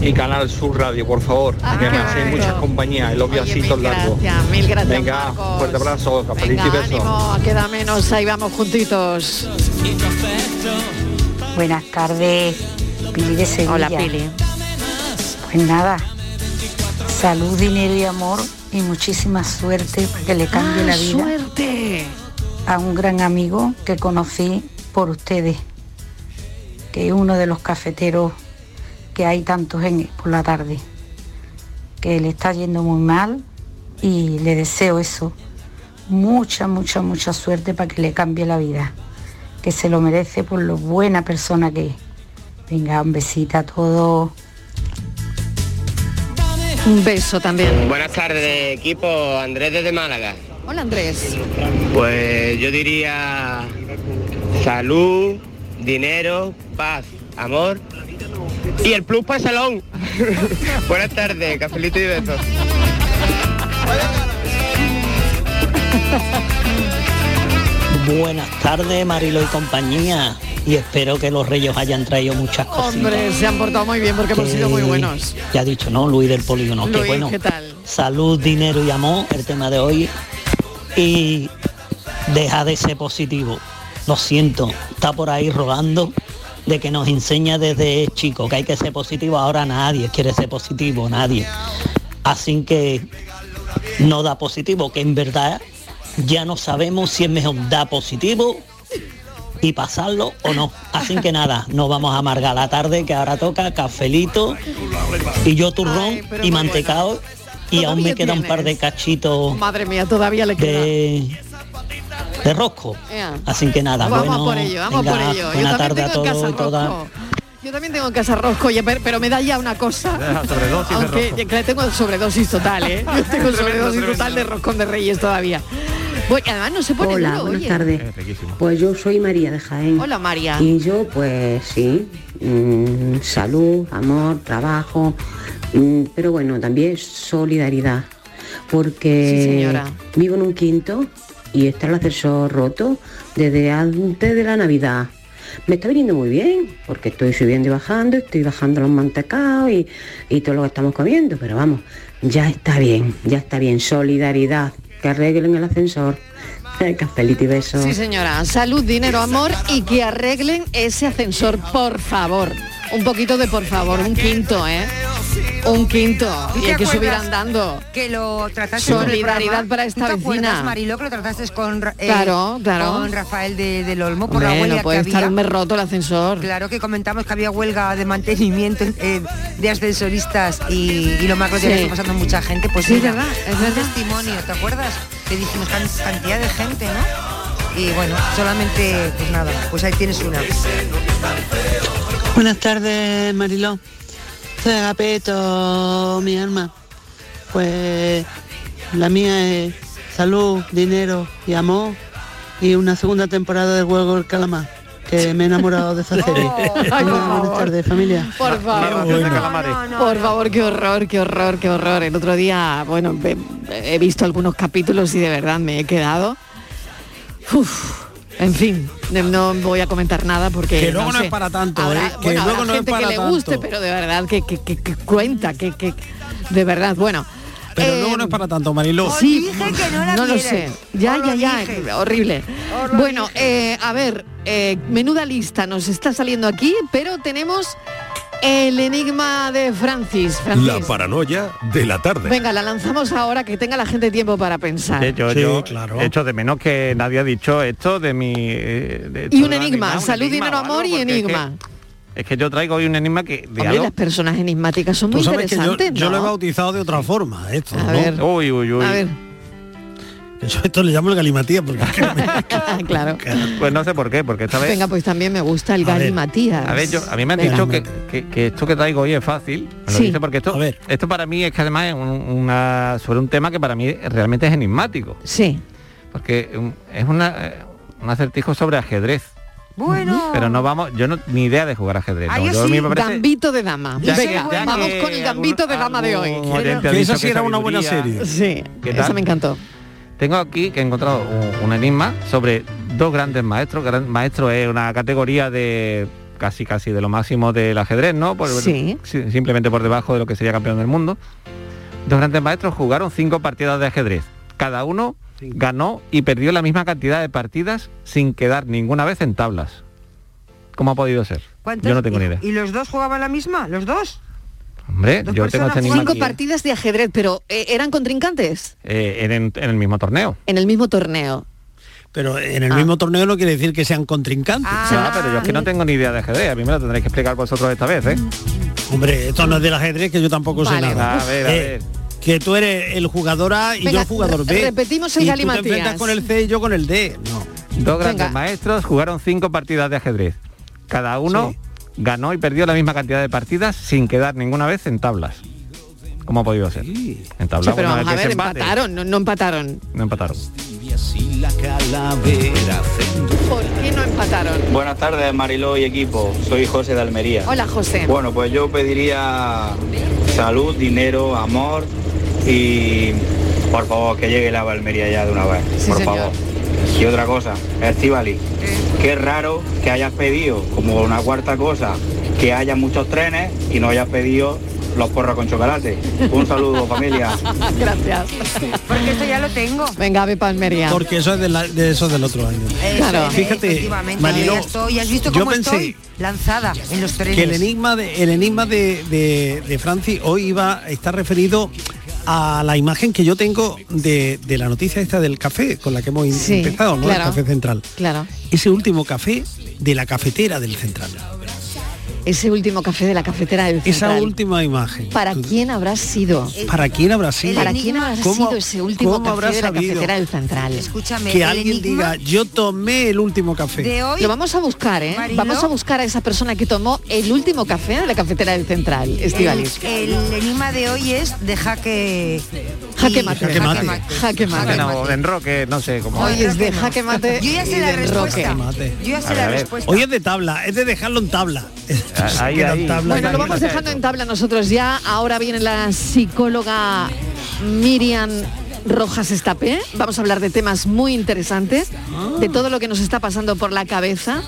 Speaker 9: y Canal Sur Radio, por favor. que me hacen muchas compañías, los viacitos largos.
Speaker 8: Gracias, mil gracias.
Speaker 9: Venga,
Speaker 8: Marcos.
Speaker 9: fuerte abrazo, cafelito
Speaker 8: Venga,
Speaker 9: y besos.
Speaker 8: ánimo, queda menos, ahí vamos juntitos.
Speaker 24: Buenas tardes, Pili de Sevilla.
Speaker 8: Hola, Pili.
Speaker 24: Pues nada, salud, dinero y amor y muchísima suerte para que le cambie
Speaker 8: Ah,
Speaker 24: la vida
Speaker 8: suerte.
Speaker 24: a un gran amigo que conocí por ustedes, que es uno de los cafeteros que hay tantos en, por la tarde, que le está yendo muy mal y le deseo eso, mucha, mucha, mucha suerte para que le cambie la vida, que se lo merece por lo buena persona que es.
Speaker 19: Venga, un besito a todos.
Speaker 8: Un beso también.
Speaker 32: Buenas tardes, equipo. Andrés desde Málaga.
Speaker 8: Hola Andrés.
Speaker 32: Pues yo diría salud, dinero, paz, amor y el plus para el salón. Buenas tardes, cafelito y besos.
Speaker 1: Buenas tardes, Marilo y compañía. Y espero que los reyes hayan traído muchas cosas.
Speaker 8: Hombre, se han portado muy bien porque hemos sido muy buenos.
Speaker 1: Ya ha dicho, ¿no? Luis del Polígono. que
Speaker 8: Luis,
Speaker 1: bueno.
Speaker 8: ¿qué tal?
Speaker 1: Salud, dinero y amor, el tema de hoy. Y deja de ser positivo. Lo siento, está por ahí rogando de que nos enseña desde chico que hay que ser positivo. Ahora nadie quiere ser positivo, nadie. Así que no da positivo, que en verdad ya no sabemos si es mejor dar positivo y pasarlo o no. Así que nada, no vamos a amargar la tarde que ahora toca cafelito y yo turrón y mantecado y aún me
Speaker 8: Todavía
Speaker 1: queda un par de
Speaker 8: tienes.
Speaker 1: cachitos
Speaker 8: Madre mía, todavía le queda.
Speaker 1: de, de rosco.
Speaker 8: Ea.
Speaker 1: Así que nada,
Speaker 8: Vamos a
Speaker 1: bueno,
Speaker 8: por ello, vamos a
Speaker 1: venga,
Speaker 8: por ello. Yo
Speaker 1: Buena
Speaker 8: también
Speaker 1: tarde a
Speaker 8: tengo en
Speaker 1: todos y
Speaker 8: casa
Speaker 1: todas.
Speaker 8: rosco. Yo también tengo en casa rosco, y- pero me da ya una cosa.
Speaker 1: Ya, Ah, sobredosis de
Speaker 8: Aunque
Speaker 1: rosco.
Speaker 8: ya que le tengo sobredosis total, ¿eh? Yo tengo
Speaker 1: Tremendo,
Speaker 8: sobredosis
Speaker 1: tremendo.
Speaker 8: total de roscón de reyes todavía. Bueno, y además no se pone
Speaker 24: Hola,
Speaker 8: duro,
Speaker 24: buenas
Speaker 8: oye.
Speaker 24: tardes. Pues yo soy María de Jaén.
Speaker 8: Hola, María.
Speaker 24: Y yo, pues sí, mm, salud, amor, trabajo, mm, pero bueno, también solidaridad, porque
Speaker 8: Sí, señora.
Speaker 24: vivo en un quinto y está el ascensor roto desde antes de la Navidad. Me está viniendo muy bien, porque estoy subiendo y bajando, estoy bajando los mantecados y, y todo lo que estamos comiendo, pero vamos, ya está bien, ya está bien. Solidaridad, que arreglen el ascensor. Cafelito y besos.
Speaker 8: Sí, señora. Salud, dinero, amor y que arreglen ese ascensor, por favor. Un poquito de por favor, un quinto, ¿eh? Un quinto.
Speaker 11: ¿Tú
Speaker 8: Y
Speaker 11: te
Speaker 8: hay que subir
Speaker 11: acuerdas
Speaker 8: andando.
Speaker 11: Que lo trataste
Speaker 8: Solidaridad para esta
Speaker 11: ¿Tú te acuerdas,
Speaker 8: vecina.
Speaker 11: Mariló, que lo trataste con, Ra- eh,
Speaker 8: Claro, claro.
Speaker 11: con Rafael de- del Olmo por la
Speaker 8: Hombre,
Speaker 11: huelga
Speaker 8: no puede
Speaker 11: que
Speaker 8: estar un
Speaker 11: había?
Speaker 8: mes roto el ascensor.
Speaker 11: Claro que comentamos que había huelga de mantenimiento eh, de ascensoristas y, y lo malo que
Speaker 8: Sí.
Speaker 11: está pasando mucha gente. Pues
Speaker 8: Sí,
Speaker 11: mira,
Speaker 8: es verdad, es
Speaker 11: un
Speaker 8: verdad.
Speaker 11: testimonio,
Speaker 8: Ah.
Speaker 11: ¿te acuerdas? Que dijimos "Can- cantidad de gente, ¿no? Y bueno, solamente, pues nada, pues ahí tienes una.
Speaker 5: Buenas tardes, Mariló. Te apeto mi alma. Pues la mía es salud, dinero y amor y una segunda temporada de Juego del Calamar, que me he enamorado de esa serie.
Speaker 8: Oh, Ay, por
Speaker 5: Venga, buenas
Speaker 8: favor.
Speaker 5: tardes, familia.
Speaker 8: Por favor, por favor, qué horror, qué horror, qué horror. El otro día, bueno, ve- he visto algunos capítulos y de verdad me he quedado. Uf, en fin, de- no voy a comentar nada porque
Speaker 10: Que luego no
Speaker 8: sé.
Speaker 10: es para tanto,
Speaker 8: Habrá-
Speaker 10: ¿eh? Que
Speaker 8: bueno, habrá
Speaker 10: luego no es
Speaker 8: gente
Speaker 10: para
Speaker 8: que le guste,
Speaker 10: tanto.
Speaker 8: pero de verdad que, que- que- que cuenta, que, que de verdad, bueno.
Speaker 10: Pero
Speaker 8: eh,
Speaker 10: luego no es para tanto, Mariló.
Speaker 8: Sí, no lo
Speaker 10: vieres.
Speaker 8: sé. Ya, ya, ya. Horrible. Bueno, eh, a ver, eh, menuda lista nos está saliendo aquí, pero tenemos el enigma de Francis. Francis.
Speaker 26: La paranoia de la tarde.
Speaker 8: Venga, la lanzamos ahora que tenga la gente tiempo para pensar.
Speaker 9: Oye, yo, yo he hecho de menos que nadie ha dicho esto de mi... eh, de esto
Speaker 8: Y un
Speaker 9: de la
Speaker 8: enigma,
Speaker 9: Navidad, un
Speaker 8: salud,
Speaker 9: enigma
Speaker 8: dinero,
Speaker 9: o algo,
Speaker 8: amor y
Speaker 9: porque es que-
Speaker 8: enigma.
Speaker 9: Es que, yo traigo hoy un enigma que... de
Speaker 8: Hombre,
Speaker 9: algo-
Speaker 8: las personas enigmáticas son
Speaker 9: Pues
Speaker 10: Tú
Speaker 8: muy
Speaker 10: sabes que yo,
Speaker 8: interesantes,
Speaker 10: yo lo he
Speaker 8: ¿no?
Speaker 10: bautizado de otra forma, esto.
Speaker 8: A
Speaker 10: ¿no?
Speaker 8: ver.
Speaker 9: Uy, uy, uy.
Speaker 8: A ver,
Speaker 10: Yo esto le llamo el galimatía porque es que
Speaker 8: claro.
Speaker 9: Pues no sé por qué, porque esta vez...
Speaker 8: Venga, pues también me gusta el Gali Matías.
Speaker 9: A ver, yo, a mí me han
Speaker 8: Venga.
Speaker 9: dicho que, que- que esto que traigo hoy es fácil. Me lo
Speaker 8: Sí.
Speaker 9: dice porque esto, esto para mí es que además es un- una, sobre un tema que para mí realmente es enigmático.
Speaker 8: Sí.
Speaker 9: Porque um, es una, eh, un acertijo sobre ajedrez.
Speaker 11: Bueno.
Speaker 9: Pero no vamos, yo no, ni idea de jugar ajedrez.
Speaker 8: Ah,
Speaker 9: no.
Speaker 8: yo
Speaker 9: Yo- a mí
Speaker 8: sí,
Speaker 9: me parece-
Speaker 8: gambito de dama.
Speaker 9: Ya que-
Speaker 8: Venga,
Speaker 9: ya
Speaker 8: vamos
Speaker 9: que
Speaker 8: con el gambito de dama de hoy.
Speaker 9: algún oyente ha
Speaker 10: Que esa
Speaker 9: dicho
Speaker 10: sí
Speaker 9: que
Speaker 10: era una buena
Speaker 9: sabiduría-
Speaker 10: serie.
Speaker 8: Sí,
Speaker 9: ¿Qué
Speaker 8: esa
Speaker 9: tal?
Speaker 8: me encantó.
Speaker 9: Tengo aquí que he encontrado un, un enigma sobre dos grandes maestros. Gran, maestro es una categoría de casi casi de lo máximo del ajedrez, ¿no? Por-
Speaker 8: Sí.
Speaker 9: si- Simplemente por debajo de lo que sería campeón del mundo. Dos grandes maestros jugaron cinco partidas de ajedrez. Cada uno ganó y perdió la misma cantidad de partidas sin quedar ninguna vez en tablas. ¿Cómo ha podido ser? Yo no tengo ni idea.
Speaker 11: ¿Y los dos jugaban la misma? ¿Los dos?
Speaker 9: Hombre, yo tengo este enigma
Speaker 8: Cinco
Speaker 9: aquí, ¿eh?
Speaker 8: partidas de ajedrez, pero eh, eran contrincantes
Speaker 9: Eh, en, en el mismo torneo.
Speaker 8: en el mismo torneo.
Speaker 10: Pero en el
Speaker 9: Ah.
Speaker 10: mismo torneo no quiere decir que sean contrincantes.
Speaker 9: No, Ah, pero yo es que
Speaker 8: Ah.
Speaker 9: no tengo ni idea de ajedrez. A mí me lo tendréis que explicar vosotros esta vez, ¿eh?
Speaker 10: Hombre, esto no es del ajedrez que yo tampoco sé
Speaker 9: Vale.
Speaker 10: nada.
Speaker 9: A ver, a
Speaker 10: Eh,
Speaker 9: ver.
Speaker 10: Que tú eres el jugador A y
Speaker 8: Venga,
Speaker 10: yo el jugador B.
Speaker 8: repetimos el
Speaker 10: y tú te
Speaker 8: Galimatías.
Speaker 10: enfrentas con el C y yo con el D. No.
Speaker 9: Dos grandes maestros jugaron cinco partidas de ajedrez. Cada uno ganó y perdió la misma cantidad de partidas sin quedar ninguna vez en tablas. ¿Cómo ha podido ser? En
Speaker 8: O
Speaker 9: tablas.
Speaker 8: sea, pero
Speaker 9: una
Speaker 8: vamos a
Speaker 9: vez que
Speaker 8: ver,
Speaker 9: se empate.
Speaker 8: empataron, no, no empataron.
Speaker 9: No empataron.
Speaker 8: ¿Por qué no empataron?
Speaker 15: Buenas tardes, Mariló y equipo. Soy José de Almería.
Speaker 8: Hola, José.
Speaker 15: Bueno, pues yo pediría salud, dinero, amor y por favor que llegue la Almería ya de una vez. por favor. Y otra cosa,
Speaker 8: Eh.
Speaker 15: Estivali, qué raro que hayas pedido, como una cuarta cosa, que haya muchos trenes y no hayas pedido los porros con chocolate. Un saludo, familia.
Speaker 8: Gracias.
Speaker 11: Porque esto ya lo tengo.
Speaker 8: Venga, ve Palmería.
Speaker 10: Porque eso es, de la- de eso es del otro año.
Speaker 11: Claro.
Speaker 10: Fíjate,
Speaker 11: Efectivamente,
Speaker 10: Mariló,
Speaker 11: ya estoy, has visto
Speaker 10: yo
Speaker 11: cómo
Speaker 10: pensé
Speaker 11: estoy lanzada en los trenes.
Speaker 10: que el enigma de, el enigma de, de, de Franci hoy iba está referido a la imagen que yo tengo de, de la noticia esta del café con la que hemos in- empezado, ¿no?
Speaker 8: claro.
Speaker 10: El café central.
Speaker 8: Claro.
Speaker 10: Ese último café de la cafetera del central.
Speaker 8: Ese último café de la cafetera del
Speaker 10: Esa
Speaker 8: Central.
Speaker 10: última imagen.
Speaker 8: ¿Para quién habrá sido?
Speaker 10: ¿Para quién habrá sido?
Speaker 8: ¿Para quién habrá
Speaker 10: ¿Cómo-
Speaker 8: sido ese último
Speaker 10: cómo habrá
Speaker 8: café de la
Speaker 10: sabido?
Speaker 8: cafetera del Central? Escúchame,
Speaker 10: Que alguien diga, yo tomé el último café.
Speaker 8: Lo vamos a buscar, ¿eh?
Speaker 11: Mariló.
Speaker 8: Vamos a buscar a esa persona que tomó el último café de la cafetera del Central, Estivalis.
Speaker 11: El, el enigma de hoy es de jaque...
Speaker 8: Jaque
Speaker 11: y-
Speaker 8: mate.
Speaker 9: Jaque mate.
Speaker 8: Jaque mate.
Speaker 9: Bueno, de enroque, no sé cómo.
Speaker 8: Hoy es de jaque mate.
Speaker 11: Yo ya sé
Speaker 8: y
Speaker 11: la
Speaker 8: de
Speaker 11: respuesta.
Speaker 8: enroque.
Speaker 11: Yo ya
Speaker 9: A
Speaker 11: sé la
Speaker 9: ver.
Speaker 11: respuesta.
Speaker 10: Hoy es de tabla, es de dejarlo en tabla.
Speaker 9: Ahí,
Speaker 10: Quedan
Speaker 9: ahí.
Speaker 10: tablas.
Speaker 8: Bueno, lo vamos dejando en tabla nosotros ya. Ahora viene la psicóloga Miriam Rojas Estapé. Vamos a hablar de temas muy interesantes, de todo lo que nos está pasando por la cabeza.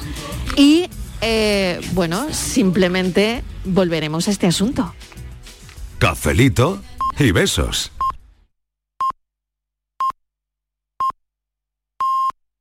Speaker 8: Y eh, bueno, simplemente volveremos a este asunto.
Speaker 6: Cafelito y besos.